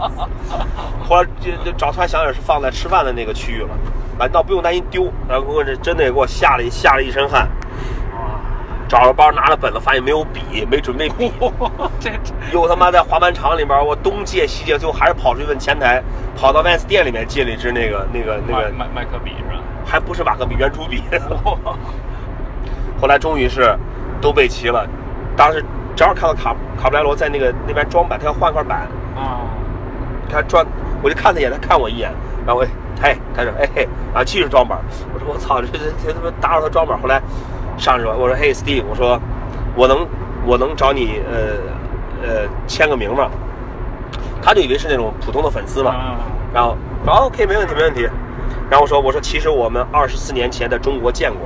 Speaker 1: 后来就就找突然想起来是放在吃饭的那个区域了，啊，倒不用担心丢。然后给我这真的也给我吓了一吓了一身汗，找着包拿了本子，发现没有笔，没准备笔，
Speaker 2: 这这
Speaker 1: 又他妈在滑板场里边，我东借西借，最后还是跑出去问前台，跑到 Vans 店里面借了一支那个那个 那
Speaker 2: 麦
Speaker 1: 个
Speaker 2: 麦麦克笔是吧？
Speaker 1: 还不是马克笔，圆珠笔。 后来终于是都备齐了，当时正好看到卡卡布莱罗在那个那边装板，他要换块板，
Speaker 2: 啊，
Speaker 1: 他转，我就看他一眼，他看我一眼，然后我哎，他说哎嘿，啊继续装板，我说我操，这这这他妈打扰他装板。后来上去说，我说嘿 Steve，我说我能我能找你呃呃签个名吗？他就以为是那种普通的粉丝嘛，
Speaker 2: 嗯
Speaker 1: 然后说啊 OK 没问题没问题。然后我说我说其实我们二十四年前在中国见过，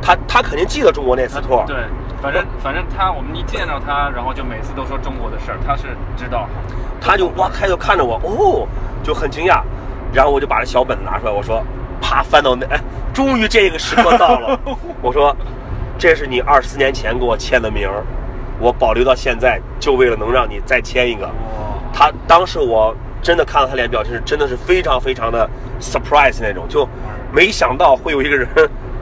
Speaker 1: 他他肯定记得中国那次托儿，
Speaker 2: 对，反正反正他，我们一见到他，然后就每次都说中国的事儿，他是知道。
Speaker 1: 他就哇他就看着我哦就很惊讶，然后我就把这小本子拿出来，我说啪翻到那哎终于这个时刻到 了，我说这是你二十四年前给我签的名儿，我保留到现在就为了能让你再签一个。
Speaker 2: 哇，
Speaker 1: 他当时我真的看到他脸表情是真的是非常非常的 surprise 那种，就没想到会有一个人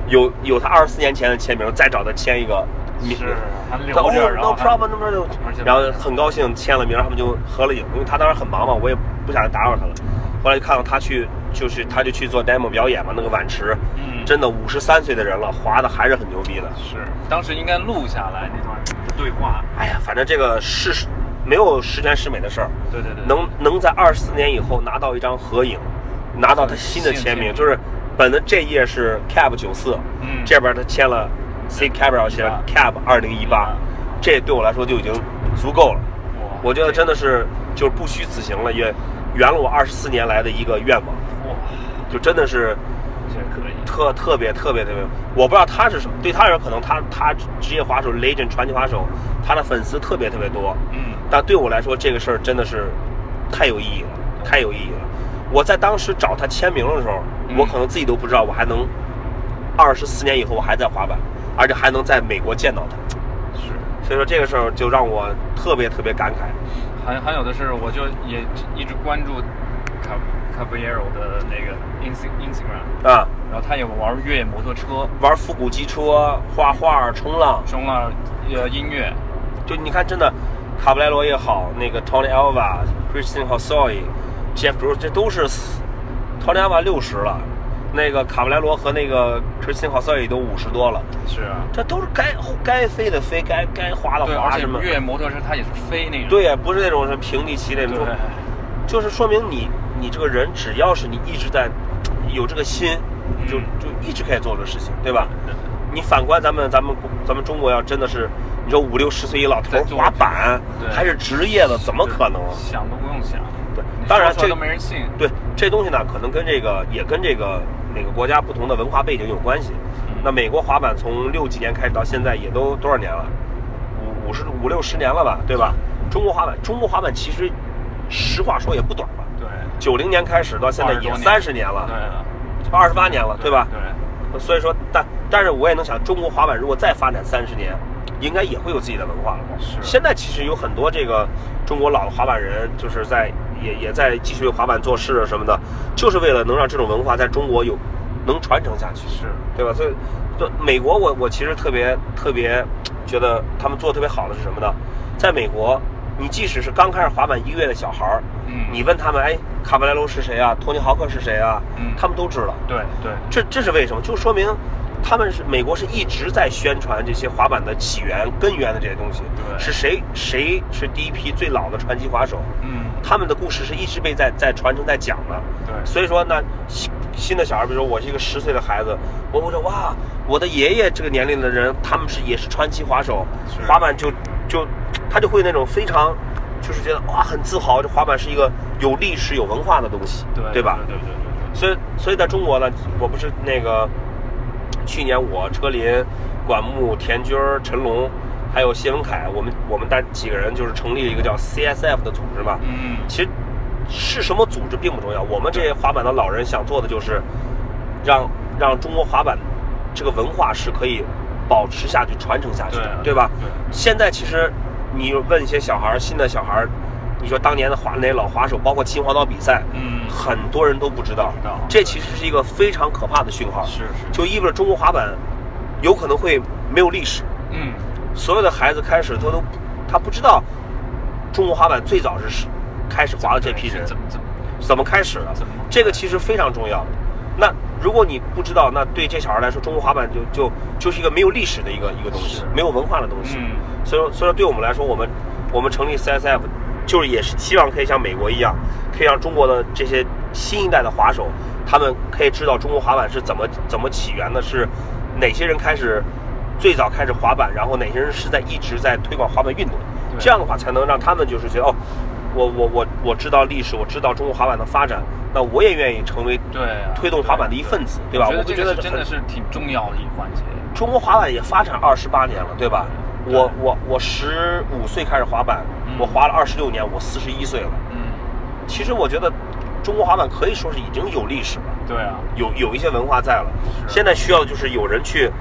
Speaker 1: 有 有他二十四年前的签名，再找他签一个名。
Speaker 2: 是还留
Speaker 1: 他哦
Speaker 2: 着，然后
Speaker 1: ，no
Speaker 2: 还
Speaker 1: problem，no problem，
Speaker 2: 而且
Speaker 1: 然后很高兴签了名，他们就合了影，因为他当时很忙嘛，我也不想打扰他了。后来就看到他去，就是他就去做 demo 表演嘛，那个碗池，
Speaker 2: 嗯
Speaker 1: 真的五十三岁的人了，滑的还是很牛逼的。
Speaker 2: 是当时应该录下来那段对话。
Speaker 1: 哎呀，反正这个是没有十全十美的事儿，
Speaker 2: 对对对，
Speaker 1: 能能在二十四年以后拿到一张合影，拿到他新的签名，
Speaker 2: 新的签名
Speaker 1: 就是本的这页是 Cab 九四、
Speaker 2: 嗯
Speaker 1: 这边他签了 C Cabral 签了 Cab 二零一八
Speaker 2: 18，
Speaker 1: 这对我来说就已经足够了。
Speaker 2: 哇
Speaker 1: 我觉得真的是就是不虚此行了，也圆了我二十四年来的一个愿望，
Speaker 2: 哇，
Speaker 1: 就真的是
Speaker 2: 这可以。
Speaker 1: 特特别特别特别，我不知道他是什么，对他来说可能他他职业滑手 legend 传奇滑手，他的粉丝特别特别多，
Speaker 2: 嗯
Speaker 1: 但对我来说，这个事儿真的是太有意义了，太有意义了。我在当时找他签名的时候，
Speaker 2: 嗯
Speaker 1: 我可能自己都不知道，我还能二十四年以后我还在滑板，而且还能在美国见到他。
Speaker 2: 是。
Speaker 1: 所以说这个事儿就让我特别特别感慨。
Speaker 2: 还还有的是，我就也一直关注卡卡布 r o 的那个 ins Instagram，
Speaker 1: 啊，
Speaker 2: 然后他也玩越野摩托车、
Speaker 1: 玩复古机车、画画、冲浪，
Speaker 2: 冲浪、呃音乐，
Speaker 1: 就你看，真的，卡布莱罗也好，那个 Tony Alva、Christian Hosoi、Jeff Bruce，这都是四 Tony Alva 六十了，那个卡布莱罗和那个 Christian Hosoi 都五十多了，
Speaker 2: 是啊，
Speaker 1: 这都是该该飞的飞，该该滑的
Speaker 2: 对，而
Speaker 1: 滑
Speaker 2: 且
Speaker 1: 什么。
Speaker 2: 越野摩托车它也是飞那种，
Speaker 1: 对呀，不是那种什么平地骑那 种，
Speaker 2: 对
Speaker 1: 就是说明你你这个人，只要是你一直在有这个心，就
Speaker 2: 嗯
Speaker 1: 就一直可以做这事情，对吧？
Speaker 2: 对
Speaker 1: 你反观咱们咱们咱们中国要真的是，你说五六十岁一老头
Speaker 2: 在
Speaker 1: 儿
Speaker 2: 做
Speaker 1: 滑板
Speaker 2: 这个对
Speaker 1: 还是职业的，怎么可能啊？
Speaker 2: 想都不用想。
Speaker 1: 对
Speaker 2: 你
Speaker 1: 当然
Speaker 2: 说出来
Speaker 1: 这
Speaker 2: 都没人信。
Speaker 1: 对这东西呢，可能跟这个也跟这个每个国家不同的文化背景有关系。
Speaker 2: 嗯
Speaker 1: 那美国滑板从六几年开始到现在也都多少年了？五五十五六十年了吧，对吧？中国滑板，中国滑板其实实话说也不短吧，
Speaker 2: 对，
Speaker 1: 九零年开始到现在也
Speaker 2: 20多年
Speaker 1: 三十年了，
Speaker 2: 对了，
Speaker 1: 二十八年了，对吧？
Speaker 2: 对，
Speaker 1: 所以说，但但是我也能想，中国滑板如果再发展三十年，应该也会有自己的文化了。
Speaker 2: 是
Speaker 1: 现在其实有很多这个中国老的滑板人，就是在也也在继续为滑板做事啊什么的，就是为了能让这种文化在中国有能传承下去，
Speaker 2: 是
Speaker 1: 对吧？所以，就美国我我其实特别特别觉得他们做的特别好的是什么呢？在美国，你即使是刚开始滑板一个月的小孩儿，
Speaker 2: 嗯
Speaker 1: 你问他们，哎，卡梅莱罗是谁啊？托尼豪克是谁啊？
Speaker 2: 嗯
Speaker 1: 他们都知道。
Speaker 2: 对对，
Speaker 1: 这这是为什么？就说明他们是美国是一直在宣传这些滑板的起源、根源的这些东西。
Speaker 2: 对
Speaker 1: 是谁谁是第一批最老的传奇滑手？
Speaker 2: 嗯，
Speaker 1: 他们的故事是一直被在在传承、在讲的。
Speaker 2: 对
Speaker 1: 所以说呢，新新的小孩，比如说我是一个十岁的孩子，我会说哇，我的爷爷这个年龄的人，他们是也是传奇滑手
Speaker 2: 是，
Speaker 1: 滑板就就他就会那种非常。就是觉得哇，很自豪，这滑板是一个有历史、有文化的东西，
Speaker 2: 对
Speaker 1: 对吧？
Speaker 2: 对对对对
Speaker 1: 所以，所以在中国呢，我不是那个去年我车林、管木、田军儿、陈龙，还有谢文凯，我们我们大几个人就是成立了一个叫 CSF 的组织嘛。
Speaker 2: 对，嗯，
Speaker 1: 其实是什么组织并不重要，我们这些滑板的老人想做的就是让让中国滑板这个文化是可以保持下去、传承下去的，
Speaker 2: 对啊
Speaker 1: 对吧？
Speaker 2: 对
Speaker 1: 现在其实你问一些小孩儿，新的小孩儿，你说当年的滑那些老滑手，包括秦皇岛比赛，
Speaker 2: 嗯
Speaker 1: 很多人都不知道
Speaker 2: 不知道，
Speaker 1: 这其实是一个非常可怕的讯号，
Speaker 2: 是是
Speaker 1: 就意味着中国滑板有可能会没有历史，
Speaker 2: 嗯，
Speaker 1: 所有的孩子开始他都他不知道中国滑板最早是开始滑的这批人
Speaker 2: 怎么怎么
Speaker 1: 怎么开始的
Speaker 2: 怎么，
Speaker 1: 这个其实非常重要。那如果你不知道，那对这小孩来说，中国滑板就就就是一个没有历史的一个一个东西
Speaker 2: 是，
Speaker 1: 没有文化的东西。
Speaker 2: 嗯
Speaker 1: 所以说，所以说对我们来说，我们我们成立 CSF，就是也是希望可以像美国一样，可以让中国的这些新一代的滑手，他们可以知道中国滑板是怎么怎么起源的，是哪些人开始最早开始滑板，然后哪些人是在一直在推广滑板运动
Speaker 2: 对，
Speaker 1: 这样的话才能让他们就是觉得哦。我我我我知道历史，我知道中国滑板的发展，那我也愿意成为
Speaker 2: 对啊
Speaker 1: 推动滑板的一份子，对吧？
Speaker 2: 我觉
Speaker 1: 我
Speaker 2: 得
Speaker 1: 会
Speaker 2: 这
Speaker 1: 觉
Speaker 2: 个
Speaker 1: 得
Speaker 2: 是真
Speaker 1: 很
Speaker 2: 的是挺重要的一环节，
Speaker 1: 中国滑板也发展二十八年了，对吧？
Speaker 2: 对
Speaker 1: 我我我十五岁开始滑板，
Speaker 2: 嗯
Speaker 1: 我滑了二十六年，我四十一岁了。
Speaker 2: 嗯，
Speaker 1: 其实我觉得中国滑板可以说是已经有历史了，
Speaker 2: 对啊，
Speaker 1: 有有一些文化在了。
Speaker 2: 是
Speaker 1: 现在需要的就是有人去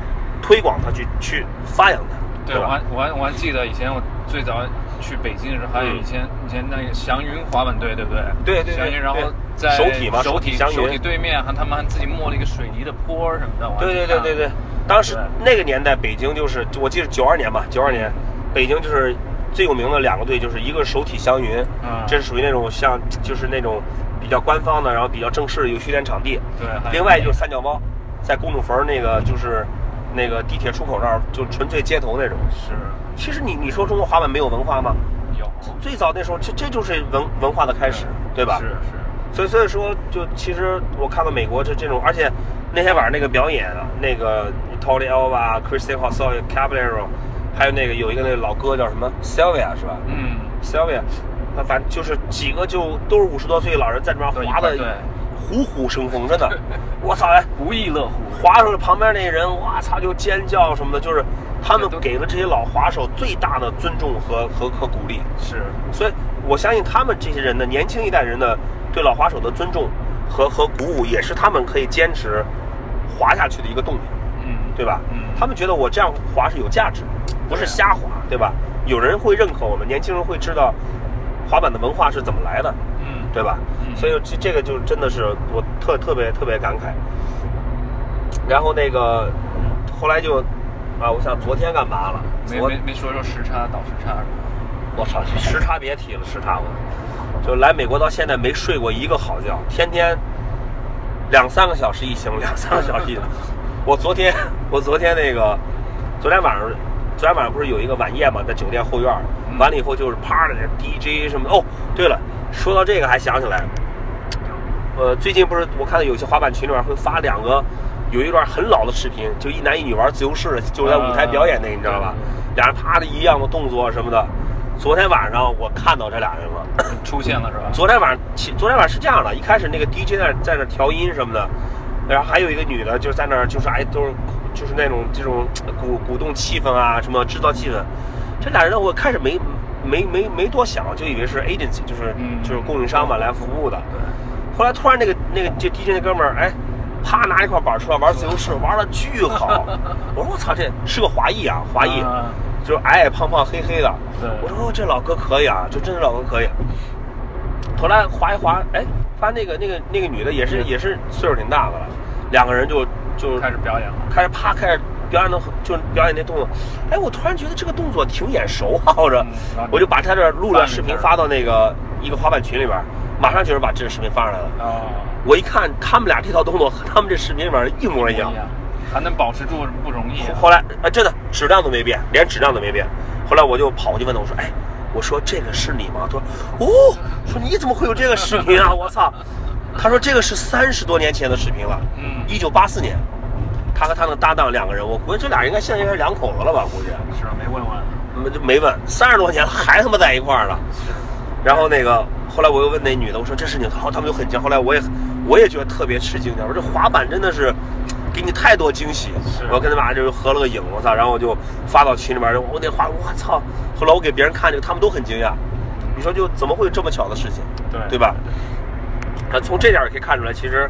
Speaker 1: 推广它，去去发扬它，
Speaker 2: 对，我
Speaker 1: 吧
Speaker 2: 还？我还我还记得以前我最早去北京的时候，还有
Speaker 1: 嗯
Speaker 2: 以前以前那个祥云滑板队，对不对？
Speaker 1: 对对对
Speaker 2: 祥云，然后
Speaker 1: 对
Speaker 2: 在
Speaker 1: 手体嘛
Speaker 2: 手
Speaker 1: 手体祥云
Speaker 2: 手体对面还他们还自己磨了一个水泥的坡什么的。我还
Speaker 1: 对对
Speaker 2: 去
Speaker 1: 对
Speaker 2: 看
Speaker 1: 对对，当时
Speaker 2: 对
Speaker 1: 那个年代，北京就是我记得九二年吧，九二年，
Speaker 2: 嗯
Speaker 1: 北京就是最有名的两个队，就是一个是首体祥云，
Speaker 2: 嗯
Speaker 1: 这是属于那种像就是那种比较官方的，然后比较正式的有训练场地。
Speaker 2: 啊对还有
Speaker 1: 另外就是三脚猫，在公主坟儿那个就是那个地铁出口那儿，就纯粹街头那种。
Speaker 2: 是
Speaker 1: 其实你你说中国滑板没有文化吗？
Speaker 2: 有
Speaker 1: 最早那时候，这这就是文文化的开始，对吧？
Speaker 2: 是是，
Speaker 1: 所以所以说，就其实我看到美国这这种，而且那天晚上那个表演啊，那个 Tony Elva、Christian h o s o l Caballero，还有那个有一个那个老哥叫什么 Sylvia 是吧
Speaker 2: 嗯，
Speaker 1: ？Sylvia，那反正就是几个就都是五十多岁的老人在那
Speaker 2: 对
Speaker 1: 边滑的
Speaker 2: 一块对
Speaker 1: 虎虎生风，真 的，我操！哎，
Speaker 2: 不亦乐乎。
Speaker 1: 滑的时候旁边那人，哇操，就尖叫什么的，就是他们
Speaker 2: 这都
Speaker 1: 给了这些老滑手最大的尊重和和和鼓励。
Speaker 2: 是
Speaker 1: 所以我相信他们这些人的年轻一代人的对老滑手的尊重和和鼓舞，也是他们可以坚持滑下去的一个动力，
Speaker 2: 嗯，
Speaker 1: 对吧？
Speaker 2: 嗯
Speaker 1: 他们觉得我这样滑是有价值，不是瞎滑，对吧？有人会认可我们，年轻人会知道滑板的文化是怎么来的，
Speaker 2: 嗯
Speaker 1: 对吧？
Speaker 2: 嗯
Speaker 1: 所以这这个就真的是我特特别特别感慨。然后那个后来就啊，我想昨天干嘛了？
Speaker 2: 没
Speaker 1: 昨
Speaker 2: 没没说说时差倒时差什么
Speaker 1: 我操，时差别提了，时差我就来美国到现在没睡过一个好觉，天天两三个小时一醒，两三个小时一 醒。我昨天我昨天那个昨天晚上昨天晚上不是有一个晚宴嘛，在酒店后院儿
Speaker 2: 嗯，
Speaker 1: 完了以后就是趴着那 DJ 什么的。哦，对了，说到这个还想起来，呃，最近不是我看到有些滑板群里面会发两个，有一段很老的视频，就一男一女玩自由式，就是在舞台表演那，
Speaker 2: 啊
Speaker 1: 你知道吧？俩人啪的一样的动作什么的。昨天晚上我看到这俩人了。
Speaker 2: 的，出现了是吧？
Speaker 1: 昨天晚上，其昨天晚上是这样的，一开始那个 DJ 在那在那调音什么的，然后还有一个女的就在那儿就是哎都是就是那种这种鼓鼓动气氛啊，什么制造气氛。这俩人我开始没没没没多想，就以为是 agency，就是、
Speaker 2: 嗯
Speaker 1: 就是供应商嘛来服务的。
Speaker 2: 对，
Speaker 1: 后来突然那个那个这 DJ 那哥们儿，哎，啪拿一块板出来玩自由式，玩的巨 好。我说我操，这是个华裔啊，华裔，
Speaker 2: 啊
Speaker 1: 就是矮矮胖胖黑黑的
Speaker 2: 对。
Speaker 1: 我说、哦、这老哥可以啊，就真是老哥可以。后来滑一滑，哎，发现那个那个那个女的也是也是岁数挺大的了，两个人就就
Speaker 2: 开始表演了。
Speaker 1: 开始啪开始表演的就表演那动作，哎，我突然觉得这个动作挺眼熟啊，我着
Speaker 2: 嗯，
Speaker 1: 我就把他这录了视频发到那个一个滑板群里边儿，马上就有人把这个视频发上来了。
Speaker 2: 啊，
Speaker 1: 我一看他们俩这套动作和他们这视频里边儿一模一样
Speaker 2: 不。样，哎还能保持住不容易啊。
Speaker 1: 哎后来啊，真的质量都没变，连质量都没变。后来我就跑过去问他，我说：“哎，我说这个是你吗？”他说：“哦，说你怎么会有这个视频啊？我操！”他说：“这个是三十多年前的视频了，
Speaker 2: 嗯
Speaker 1: 一九八四年，他和他的搭档两个人，我估计这俩人应该现在应该是两口子了吧？估计
Speaker 2: 是啊没问完。
Speaker 1: 没就没问，三十多年了还他妈在一块儿呢。然后那个后来我又问那女的，我说这是你的，然后他们就很惊。后来我也我也觉得特别吃惊，我说这滑板真的是给你太多惊喜
Speaker 2: 是。
Speaker 1: 我跟他们俩就是合了个影，我操，然后我就发到群里面，我那滑，我操！后来我给别人看这个，他们都很惊讶。你说就怎么会有这么巧的事情，
Speaker 2: 对
Speaker 1: 对吧？那从这点儿也可以看出来，其实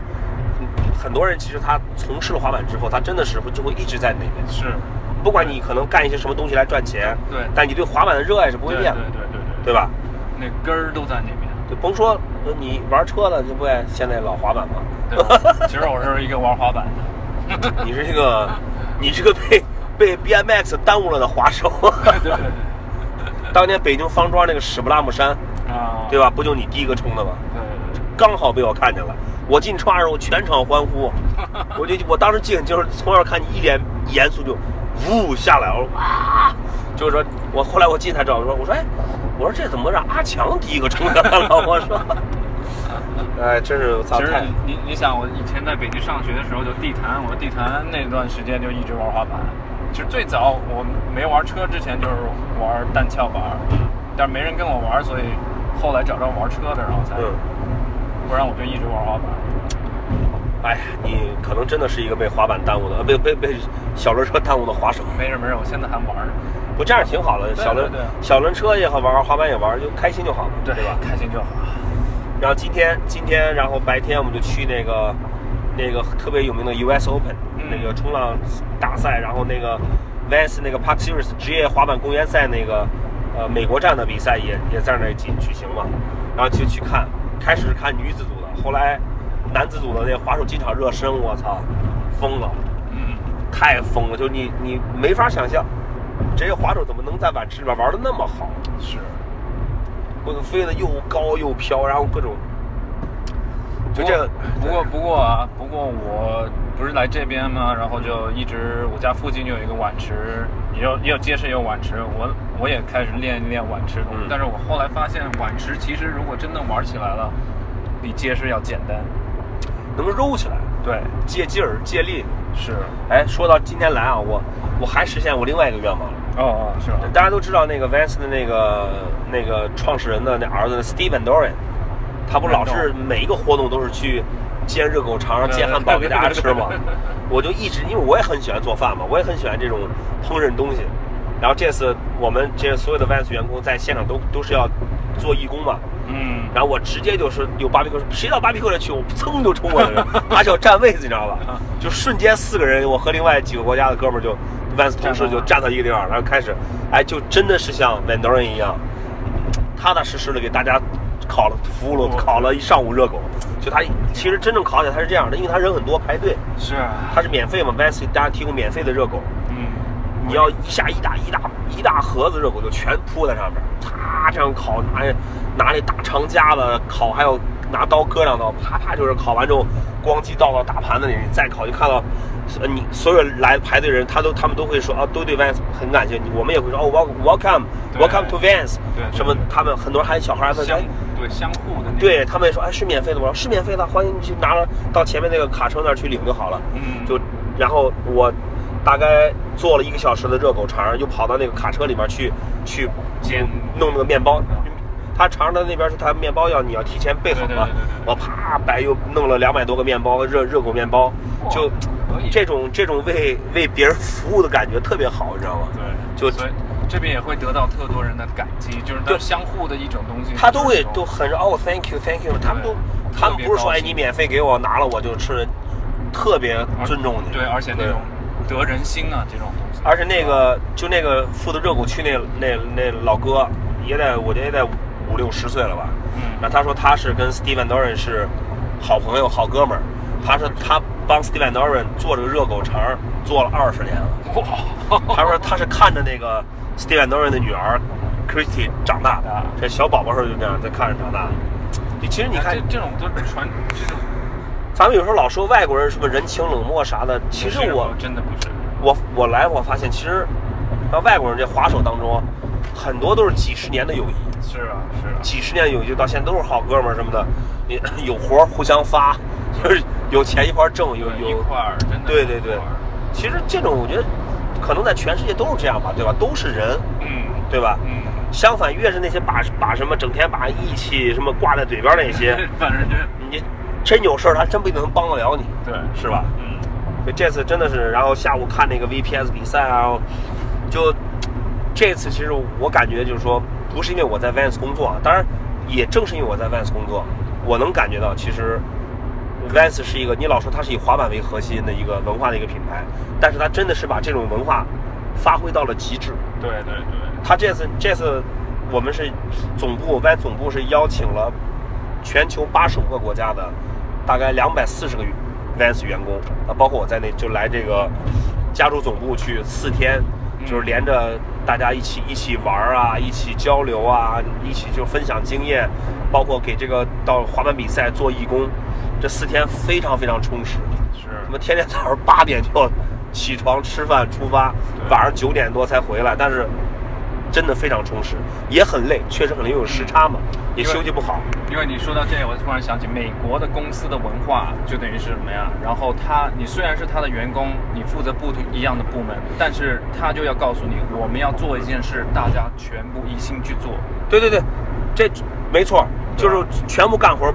Speaker 1: 嗯很多人其实他从事了滑板之后，他真的是会就会一直在那边。
Speaker 2: 是，
Speaker 1: 不管你可能干一些什么东西来赚钱，
Speaker 2: 对
Speaker 1: 但你对滑板的热爱是不会
Speaker 2: 对
Speaker 1: 变的，
Speaker 2: 对对对
Speaker 1: 对吧？
Speaker 2: 那根儿都在那边。
Speaker 1: 就甭说呃你玩车了，就不爱现在老滑板吗？
Speaker 2: 对吧？其实我是一个玩滑板 的。
Speaker 1: 你是一 个，你是个被被 BMX 耽误了的滑手。
Speaker 2: 对对对。
Speaker 1: 当年北京方庄那个史布拉姆山，
Speaker 2: 啊。
Speaker 1: 对？吧？不就你第一个冲的吗？
Speaker 2: 对对对。
Speaker 1: 刚好被我看见了，我进窗的时候全场欢 呼，我就我当时记得很清楚，从小看你一脸严肃就呜下来，我说哇，就是说我后来我进才知道，我说我说哎，我说这怎么让阿强第一个冲上来了？ 我说，哎，真是我操
Speaker 2: 其实
Speaker 1: 太
Speaker 2: 你你想，我以前在北京上学的时候就地坛，我地坛那段时间就一直玩滑板。其实最早我没玩车之前就是玩单翘板，但是没人跟我玩，所以后来找着玩车的，然后才
Speaker 1: 嗯，
Speaker 2: 不然我就一直玩滑板。
Speaker 1: 哎呀，你可能真的是一个被滑板耽误的，呃，被被被小轮车耽误的滑手。
Speaker 2: 没事没事，我现在还玩呢。
Speaker 1: 不这样挺好的，
Speaker 2: 对啊
Speaker 1: 小轮
Speaker 2: 对对
Speaker 1: 小轮车也好玩，滑板也玩，就开心就好嘛，对吧？
Speaker 2: 开心就好。
Speaker 1: 然后今天今天，然后白天我们就去那个那个特别有名的 US Open、
Speaker 2: 嗯
Speaker 1: 那个冲浪大赛，然后那个 Vans 那个 Park Series 职业滑板公园赛那个呃美国站的比赛也也在那儿举举行嘛，然后就去看，开始是看女子组的，后来男子组的那滑手进场热身，我操，疯了，
Speaker 2: 嗯，
Speaker 1: 太疯了，就你你没法想象，职业滑手怎么能在碗池里边玩的那么好？
Speaker 2: 是。
Speaker 1: 我飞得又高又飘，然后各种，就这个，
Speaker 2: 不过不过啊，不过我不是来这边嘛，然后就一直我家附近就有一个碗池，也有也有街市也有碗池，我我也开始练一练碗池东西
Speaker 1: 嗯
Speaker 2: 但是我后来发现碗池其实如果真的玩起来了，比街市要简单。
Speaker 1: 能揉起来，
Speaker 2: 对，
Speaker 1: 借劲儿借力。
Speaker 2: 是，
Speaker 1: 哎，说到今天来啊，我我还实现我另外一个愿望了。
Speaker 2: 哦哦是吧？
Speaker 1: 大家都知道那个 Vans 的那个那个创始人的那儿子 Steven Doran，他不老是每一个活动都是去煎热狗肠、
Speaker 2: 对
Speaker 1: 煎汉堡给大家吃吗
Speaker 2: 对对对？
Speaker 1: 我就一直因为我也很喜欢做饭嘛，我也很喜欢这种烹饪东西。然后这次我们这所有的 Vans 员工在现场都都是要做义工嘛，
Speaker 2: 嗯，
Speaker 1: 然后我直接就是有 barbecue，谁到 barbecue 这去，我噌就冲过来了，他叫占位子，你知道吧？就瞬间四个人，我和另外几个国家的哥们儿就 Vans 同事就站到一个地方，然后开始，哎，就真的是像 v a n d o r 一样，踏踏实实的给大家烤了服务了，烤了一上午热狗。就他其实真正烤起来他是这样的，因为他人很多排队，
Speaker 2: 是，啊
Speaker 1: 他是免费嘛，Vans 给大家提供免费的热狗。
Speaker 2: 嗯，
Speaker 1: 你要一下一大一大一大盒子热狗就全铺在上面，啪这样烤，拿拿那大长夹子烤，还有拿刀割两刀，啪啪就是烤完之后，咣叽倒到大盘子里，你再烤就看到，呃你所有来排队人，他都他们都会说啊，都对 Vans 很感谢，你我们也会说哦，welcome
Speaker 2: 对
Speaker 1: welcome to Vans，
Speaker 2: 对对
Speaker 1: 什么
Speaker 2: 对
Speaker 1: 他们很多人还小孩儿在
Speaker 2: 相
Speaker 1: 哎
Speaker 2: 对相互的那种
Speaker 1: 对他们也说，哎，是免费的吗？我说是免费的，欢迎你去拿了到前面那个卡车那儿去领就好了。
Speaker 2: 嗯
Speaker 1: 就然后我大概做了一个小时的热狗肠，又跑到那个卡车里面去去
Speaker 2: 煎
Speaker 1: 弄那个面包。他肠的那边是他面包要你要提前备好
Speaker 2: 对
Speaker 1: 嘛
Speaker 2: 对对对对，
Speaker 1: 我啪白又弄了两百多个面包，热热狗面包，
Speaker 2: 哇
Speaker 1: 就
Speaker 2: 可以
Speaker 1: 这种这种为为别人服务的感觉特别好，你知道吗？
Speaker 2: 对，
Speaker 1: 就
Speaker 2: 所以这边也会得到特多人的感激，就是
Speaker 1: 对
Speaker 2: 它相互的一种东西。
Speaker 1: 他都会
Speaker 2: 就是说
Speaker 1: 都很哦，thank you，thank you，他们都
Speaker 2: 对
Speaker 1: 他们不是说
Speaker 2: 特别高
Speaker 1: 哎
Speaker 2: 兴
Speaker 1: 你免费给我拿了我就吃，特别尊重你。
Speaker 2: 对，而且那种得人心啊，这种东西。
Speaker 1: 而且那个就那个负责热狗区那那那老哥也得我觉得也得五六十岁了吧。
Speaker 2: 嗯
Speaker 1: 那他说他是跟 Steven Doran 是好朋友好哥们儿，他说他帮 Steven Doran 做这个热狗肠做了二十年了。
Speaker 2: 哇，
Speaker 1: 他说他是看着那个 Steven Doran 的女儿 Christie 长大的，这小宝宝时候就那样在看着长大的。你其实 你看
Speaker 2: 这，这种都是传这种
Speaker 1: 咱们有时候老说外国人什么人情冷漠啥的，其实我
Speaker 2: 真的不是。
Speaker 1: 我我来我发现，其实像外国人这滑手当中，啊很多都是几十年的友谊。
Speaker 2: 是啊，是啊，
Speaker 1: 几十年友谊，就到现在都是好哥们儿什么的，你 有活儿互相发， 就是有钱一块儿挣，有
Speaker 2: 一
Speaker 1: 有，
Speaker 2: 块儿真的
Speaker 1: 对对对
Speaker 2: 一块儿
Speaker 1: 其实这种我觉得可能在全世界都是这样吧，对吧？都是人，
Speaker 2: 嗯
Speaker 1: 对吧？
Speaker 2: 嗯，
Speaker 1: 相反，越是那些把把什么整天把义气什么挂在嘴边儿那 些，
Speaker 2: 反正就
Speaker 1: 你真有事儿，他真不一定能帮得了你，
Speaker 2: 对，
Speaker 1: 是吧？
Speaker 2: 嗯，
Speaker 1: 所以这次真的是，然后下午看那个 VPS 比赛啊，就这次其实我感觉就是说，不是因为我在 Vans 工作啊，当然也正是因为我在 Vans 工作，我能感觉到其实 Vans 是一个，你老说它是以滑板为核心的一个文化的一个品牌，但是它真的是把这种文化发挥到了极致。
Speaker 2: 对对对，
Speaker 1: 他这次这次我们是总部 Vans 总部是邀请了全球八十五个国家的大概两百四十个 Vans 员工啊，包括我在内，就来这个加州总部去四天，
Speaker 2: 嗯
Speaker 1: 就是连着大家一起一起玩儿啊，一起交流啊，一起就分享经验，包括给这个到滑板比赛做义工，这四天非常非常充实。
Speaker 2: 是
Speaker 1: 他们天天早上八点就起床吃饭出发，
Speaker 2: 对
Speaker 1: 晚上九点多才回来，但是真的非常充实，也很累，确实很累，因为有时差嘛，也休息不好。
Speaker 2: 嗯因为你说到这，我突然想起美国的公司的文化就等于是什么呀？然后他，你虽然是他的员工，你负责不同一样的部门，但是他就要告诉你，我们要做一件事，大家全部一心去做。
Speaker 1: 对对对，这没错，就
Speaker 2: 对
Speaker 1: 是
Speaker 2: 吧
Speaker 1: 全部干活，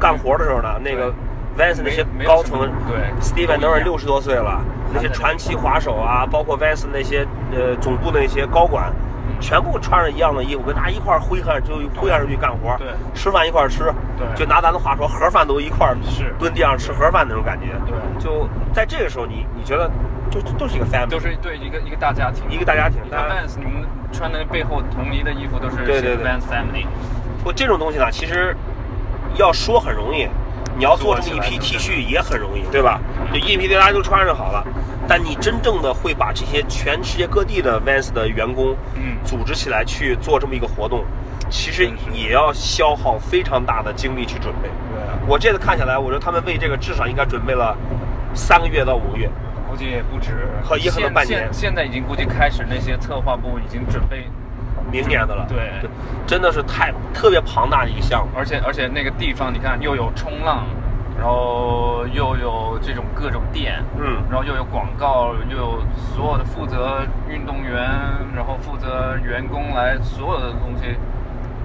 Speaker 1: 干活的时候呢，那个 Vans 那些
Speaker 2: 没
Speaker 1: 高层
Speaker 2: 没有什么对
Speaker 1: Steven 等
Speaker 2: 都一
Speaker 1: 会
Speaker 2: 样
Speaker 1: 六十多岁了，那些传奇滑手啊，包括 Vans 那些呃总部的那些高管。
Speaker 2: 嗯
Speaker 1: 全部穿着一样的衣服，跟大家一块儿挥汗就挥汗而去干活，
Speaker 2: 对
Speaker 1: 吃饭一块儿吃，
Speaker 2: 对
Speaker 1: 就拿咱的话说，盒饭都一块儿
Speaker 2: 是
Speaker 1: 蹲地上吃盒饭那种感觉，
Speaker 2: 对
Speaker 1: 就在这个时候你，你觉得就就就是一个 family，
Speaker 2: 都是对一个一个大家庭，
Speaker 1: 一个大家庭，
Speaker 2: 你
Speaker 1: 大
Speaker 2: 看
Speaker 1: 家
Speaker 2: Vans，你们穿的背后统一的衣服都是
Speaker 1: 对对对
Speaker 2: Vans Family，
Speaker 1: 不，这种东西呢，其实要说很容易，你要做
Speaker 2: 做
Speaker 1: 这么一
Speaker 2: 起
Speaker 1: 批
Speaker 2: 来
Speaker 1: T
Speaker 2: 就是
Speaker 1: 恤也很容易，对吧？就一批大家都穿上好了，但你真正的会把这些全世界各地的 Vans 的员工，
Speaker 2: 嗯
Speaker 1: 组织起来去做这么一个活动，其实
Speaker 2: 真是
Speaker 1: 也要消耗非常大的精力去准备。
Speaker 2: 对啊
Speaker 1: 我这次看下来，我觉得他们为这个至少应该准备了三个月到五个月。
Speaker 2: 估计也不止，
Speaker 1: 可也可能半年
Speaker 2: 现现现在已经估计开始那些策划部已经准备，
Speaker 1: 明年的了，
Speaker 2: 对
Speaker 1: 真的是太特别庞大的一个项目。
Speaker 2: 而且而且那个地方你看又有冲浪，然后又有这种各种店，
Speaker 1: 嗯
Speaker 2: 然后又有广告，又有所有的负责运动员，然后负责员工来所有的东西，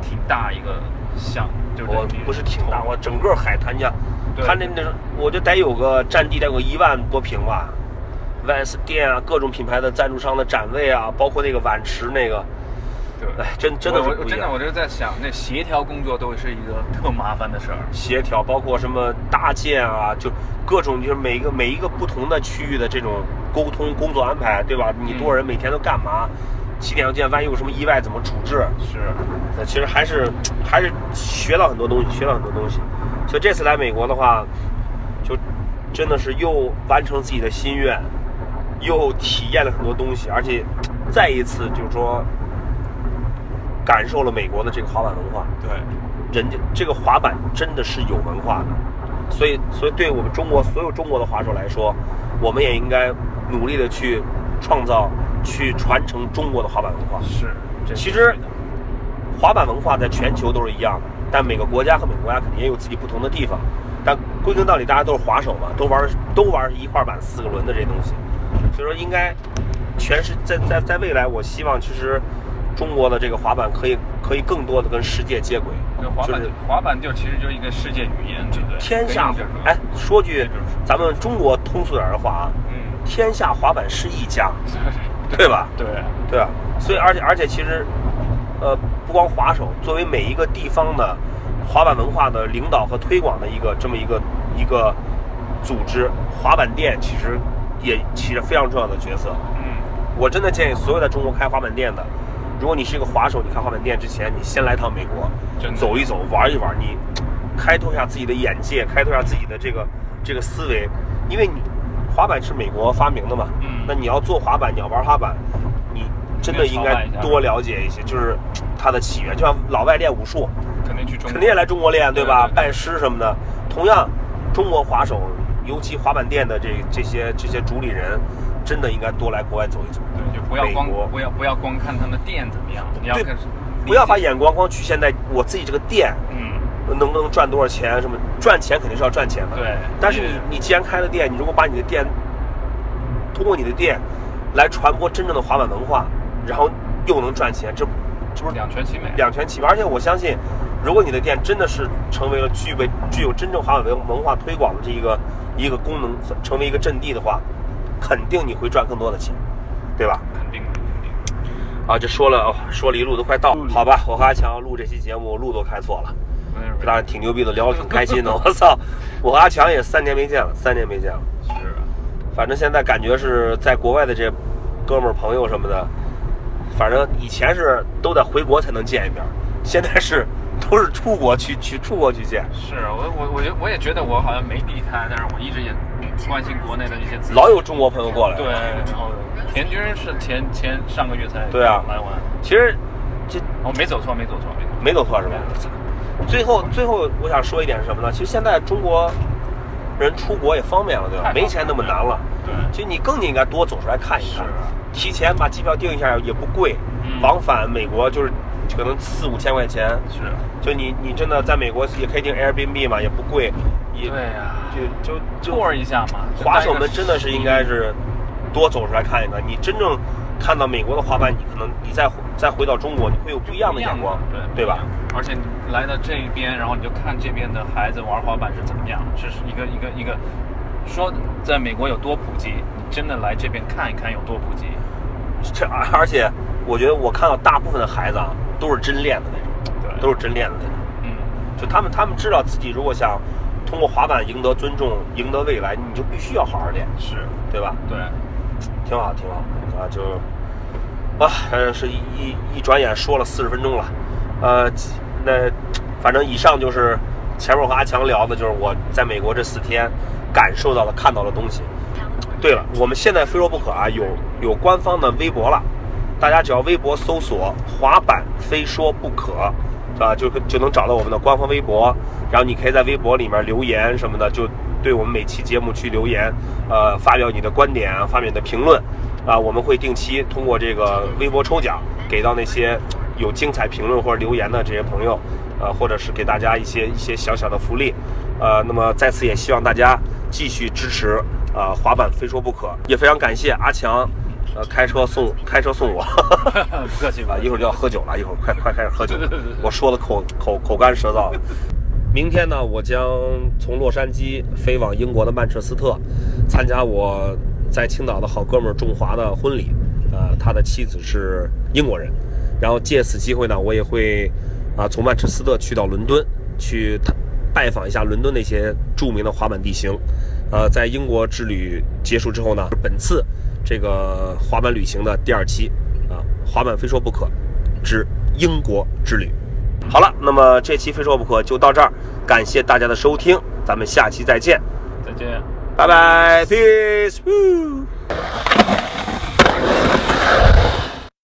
Speaker 2: 挺大一个项，对不对？
Speaker 1: 我不是挺大，我整个海滩家，
Speaker 2: 对
Speaker 1: 它那那种我就得有个占地得有个一万多平吧，Vans 店啊，各种品牌的赞助商的展位啊，包括那个碗池那个，
Speaker 2: 对，
Speaker 1: 哎，真真的
Speaker 2: 我
Speaker 1: 是
Speaker 2: 我
Speaker 1: 不一
Speaker 2: 真的
Speaker 1: 样
Speaker 2: 我。就在想，那协调工作都是一个特麻烦的事儿。
Speaker 1: 协调包括什么搭建啊，就各种就是每一个每一个不同的区域的这种沟通工作安排，对吧？你多少
Speaker 2: 嗯
Speaker 1: 人每天都干嘛？几点要见？万一有什么意外怎么处置？
Speaker 2: 是，
Speaker 1: 那其实还是还是学到很多东西，学到很多东西。所以这次来美国的话，就真的是又完成自己的心愿，又体验了很多东西，而且再一次就是说感受了美国的这个滑板文化。
Speaker 2: 对，
Speaker 1: 人家这个滑板真的是有文化的，所以所以对我们中国所有中国的滑手来说，我们也应该努力的去创造、去传承中国的滑板文化。
Speaker 2: 是。这
Speaker 1: 其
Speaker 2: 是
Speaker 1: 实
Speaker 2: 对的
Speaker 1: 滑板文化在全球都是一样的，但每个国家和每个国家肯定也有自己不同的地方。但归根到底，大家都是滑手嘛，都玩都玩一块板四个轮的这些东西，所以说应该全是在在在未来，我希望其实中国的这个滑板可以可以更多的跟世界接轨，
Speaker 2: 那滑板
Speaker 1: 就是
Speaker 2: 滑板就其实就是一个世界语言，对不对？
Speaker 1: 天下
Speaker 2: 可以这么说
Speaker 1: 哎，说句
Speaker 2: 可以这么说
Speaker 1: 咱们中国通俗点儿的话啊，
Speaker 2: 嗯，
Speaker 1: 天下滑板是一家，对吧？
Speaker 2: 对，
Speaker 1: 对啊，所以而且而且其实，呃，不光滑手，作为每一个地方的滑板文化的领导和推广的一个这么一个一个组织，滑板店其实也起着非常重要的角色。
Speaker 2: 嗯，
Speaker 1: 我真的建议所有在中国开滑板店的，如果你是一个滑手，你开滑板店之前，你先来趟美国
Speaker 2: 真，的
Speaker 1: 走一走，玩一玩，你开拓一下自己的眼界，开拓一下自己的这个这个思维，因为你滑板是美国发明的嘛，
Speaker 2: 嗯
Speaker 1: 那你要做滑板，你要玩滑板，你真的应
Speaker 2: 应
Speaker 1: 该
Speaker 2: 该朝拜一下
Speaker 1: 多了解一些，就是它的起源，就像老外练武术，
Speaker 2: 肯定去中国，
Speaker 1: 肯定也来中国练，对吧？
Speaker 2: 对对对
Speaker 1: 拜师什么的。同样，中国滑手，尤其滑板店的这这些这些主理人，真的应该多来国外走一走。
Speaker 2: 对，就不要光
Speaker 1: 美国
Speaker 2: 不要不要光看他们店怎么样，你要
Speaker 1: 对
Speaker 2: 看是
Speaker 1: 不要把眼光光局限在我自己这个店
Speaker 2: 嗯，
Speaker 1: 能不能赚多少钱，什么赚钱肯定是要赚钱的。
Speaker 2: 对
Speaker 1: 但是
Speaker 2: 对
Speaker 1: 你你既然开了店，你如果把你的店通过你的店来传播真正的滑板文化，然后又能赚钱，这这不是
Speaker 2: 两全其美。
Speaker 1: 两全其美？而且我相信，如果你的店真的是成为了具备具有真正滑板文文化推广的这一个一个功能，成为一个阵地的话，肯定你会赚更多的钱，对吧？
Speaker 2: 肯定的肯定的。
Speaker 1: 啊，这说了、哦、说了一路都快到了，好吧，我和阿强录这期节目路都开错了。
Speaker 2: 没事没事
Speaker 1: 当然挺牛逼的，聊得挺开心的。我操，我和阿强也三年没见了，三年没见了。
Speaker 2: 是啊，
Speaker 1: 反正现在感觉是在国外的这哥们儿朋友什么的，反正以前是都得回国才能见一面，现在是都是出国去去出国去见。
Speaker 2: 是啊我我我觉我也觉得我好像没离开，但是我一直也关心国内的一些资讯。
Speaker 1: 老有中国朋友过来。
Speaker 2: 对，然后田军是前前上个月才
Speaker 1: 对啊
Speaker 2: 来玩，
Speaker 1: 其实这
Speaker 2: 我没走错，没走错，没走错。
Speaker 1: 没走错是吧？最后最后我想说一点是什么呢？其实现在中国人出国也方便了，对吧？
Speaker 2: 太方便
Speaker 1: 没以前那么难了。
Speaker 2: 对，
Speaker 1: 其实你更应该多走出来看一看，提前把机票订一下也不贵，
Speaker 2: 啊嗯
Speaker 1: 往返美国就是可能四五千块钱，
Speaker 2: 是，啊
Speaker 1: 就你你真的在美国也可以订 Airbnb 嘛，也不贵，也
Speaker 2: 对啊，
Speaker 1: 就就就
Speaker 2: 托一下嘛。
Speaker 1: 滑手们真的是应该是多走出来看一看，你真正看到美国的滑板，你可能你再回再回到中国，你会有不一样的眼光，
Speaker 2: 对
Speaker 1: 对吧？？
Speaker 2: 而且你来到这边，然后你就看这边的孩子玩滑板是怎么样，这是一个一个一个说在美国有多普及，你真的来这边看一看有多普及。
Speaker 1: 这而且我觉得我看到大部分的孩子啊，都是真练的那种，
Speaker 2: 对，
Speaker 1: 都是真练的那种。
Speaker 2: 嗯，
Speaker 1: 就他们他们知道自己如果想通过滑板赢得尊重、赢得未来，你就必须要好好练，
Speaker 2: 是
Speaker 1: 对吧？
Speaker 2: 对，
Speaker 1: 挺好，挺好啊，就啊，反正是一一一转眼说了四十分钟了，呃，几那反正以上就是前面我和阿强聊的，就是我在美国这四天感受到了、看到的东西。对了，我们现在非说不可啊，有有官方的微博了，大家只要微博搜索“滑板非说不可”，啊，就就能找到我们的官方微博，然后你可以在微博里面留言什么的，就对我们每期节目去留言，呃，发表你的观点，发表你的评论，啊，我们会定期通过这个微博抽奖，给到那些有精彩评论或者留言的这些朋友，呃，或者是给大家一些一些小小的福利，呃，那么在此也希望大家继续支持，呃，滑板非说不可，也非常感谢阿强，呃，开车送开车送我，
Speaker 2: 不客气吧
Speaker 1: 啊，？一会儿就要喝酒了，一会儿快快开始喝酒了
Speaker 2: 对对对对，
Speaker 1: 我说的口口口干舌燥了。明天呢，我将从洛杉矶飞往英国的曼彻斯特，参加我在青岛的好哥们儿仲华的婚礼。呃，他的妻子是英国人，然后借此机会呢，我也会啊、从曼彻斯特去到伦敦，去探拜访一下伦敦那些著名的滑板地形。呃，在英国之旅结束之后呢，本次这个滑板旅行的第二期啊，滑板非说不可之英国之旅。好了，那么这期非说不可就到这儿，感谢大家的收听，咱们下期再见，
Speaker 2: 再见。
Speaker 1: 拜拜，peace。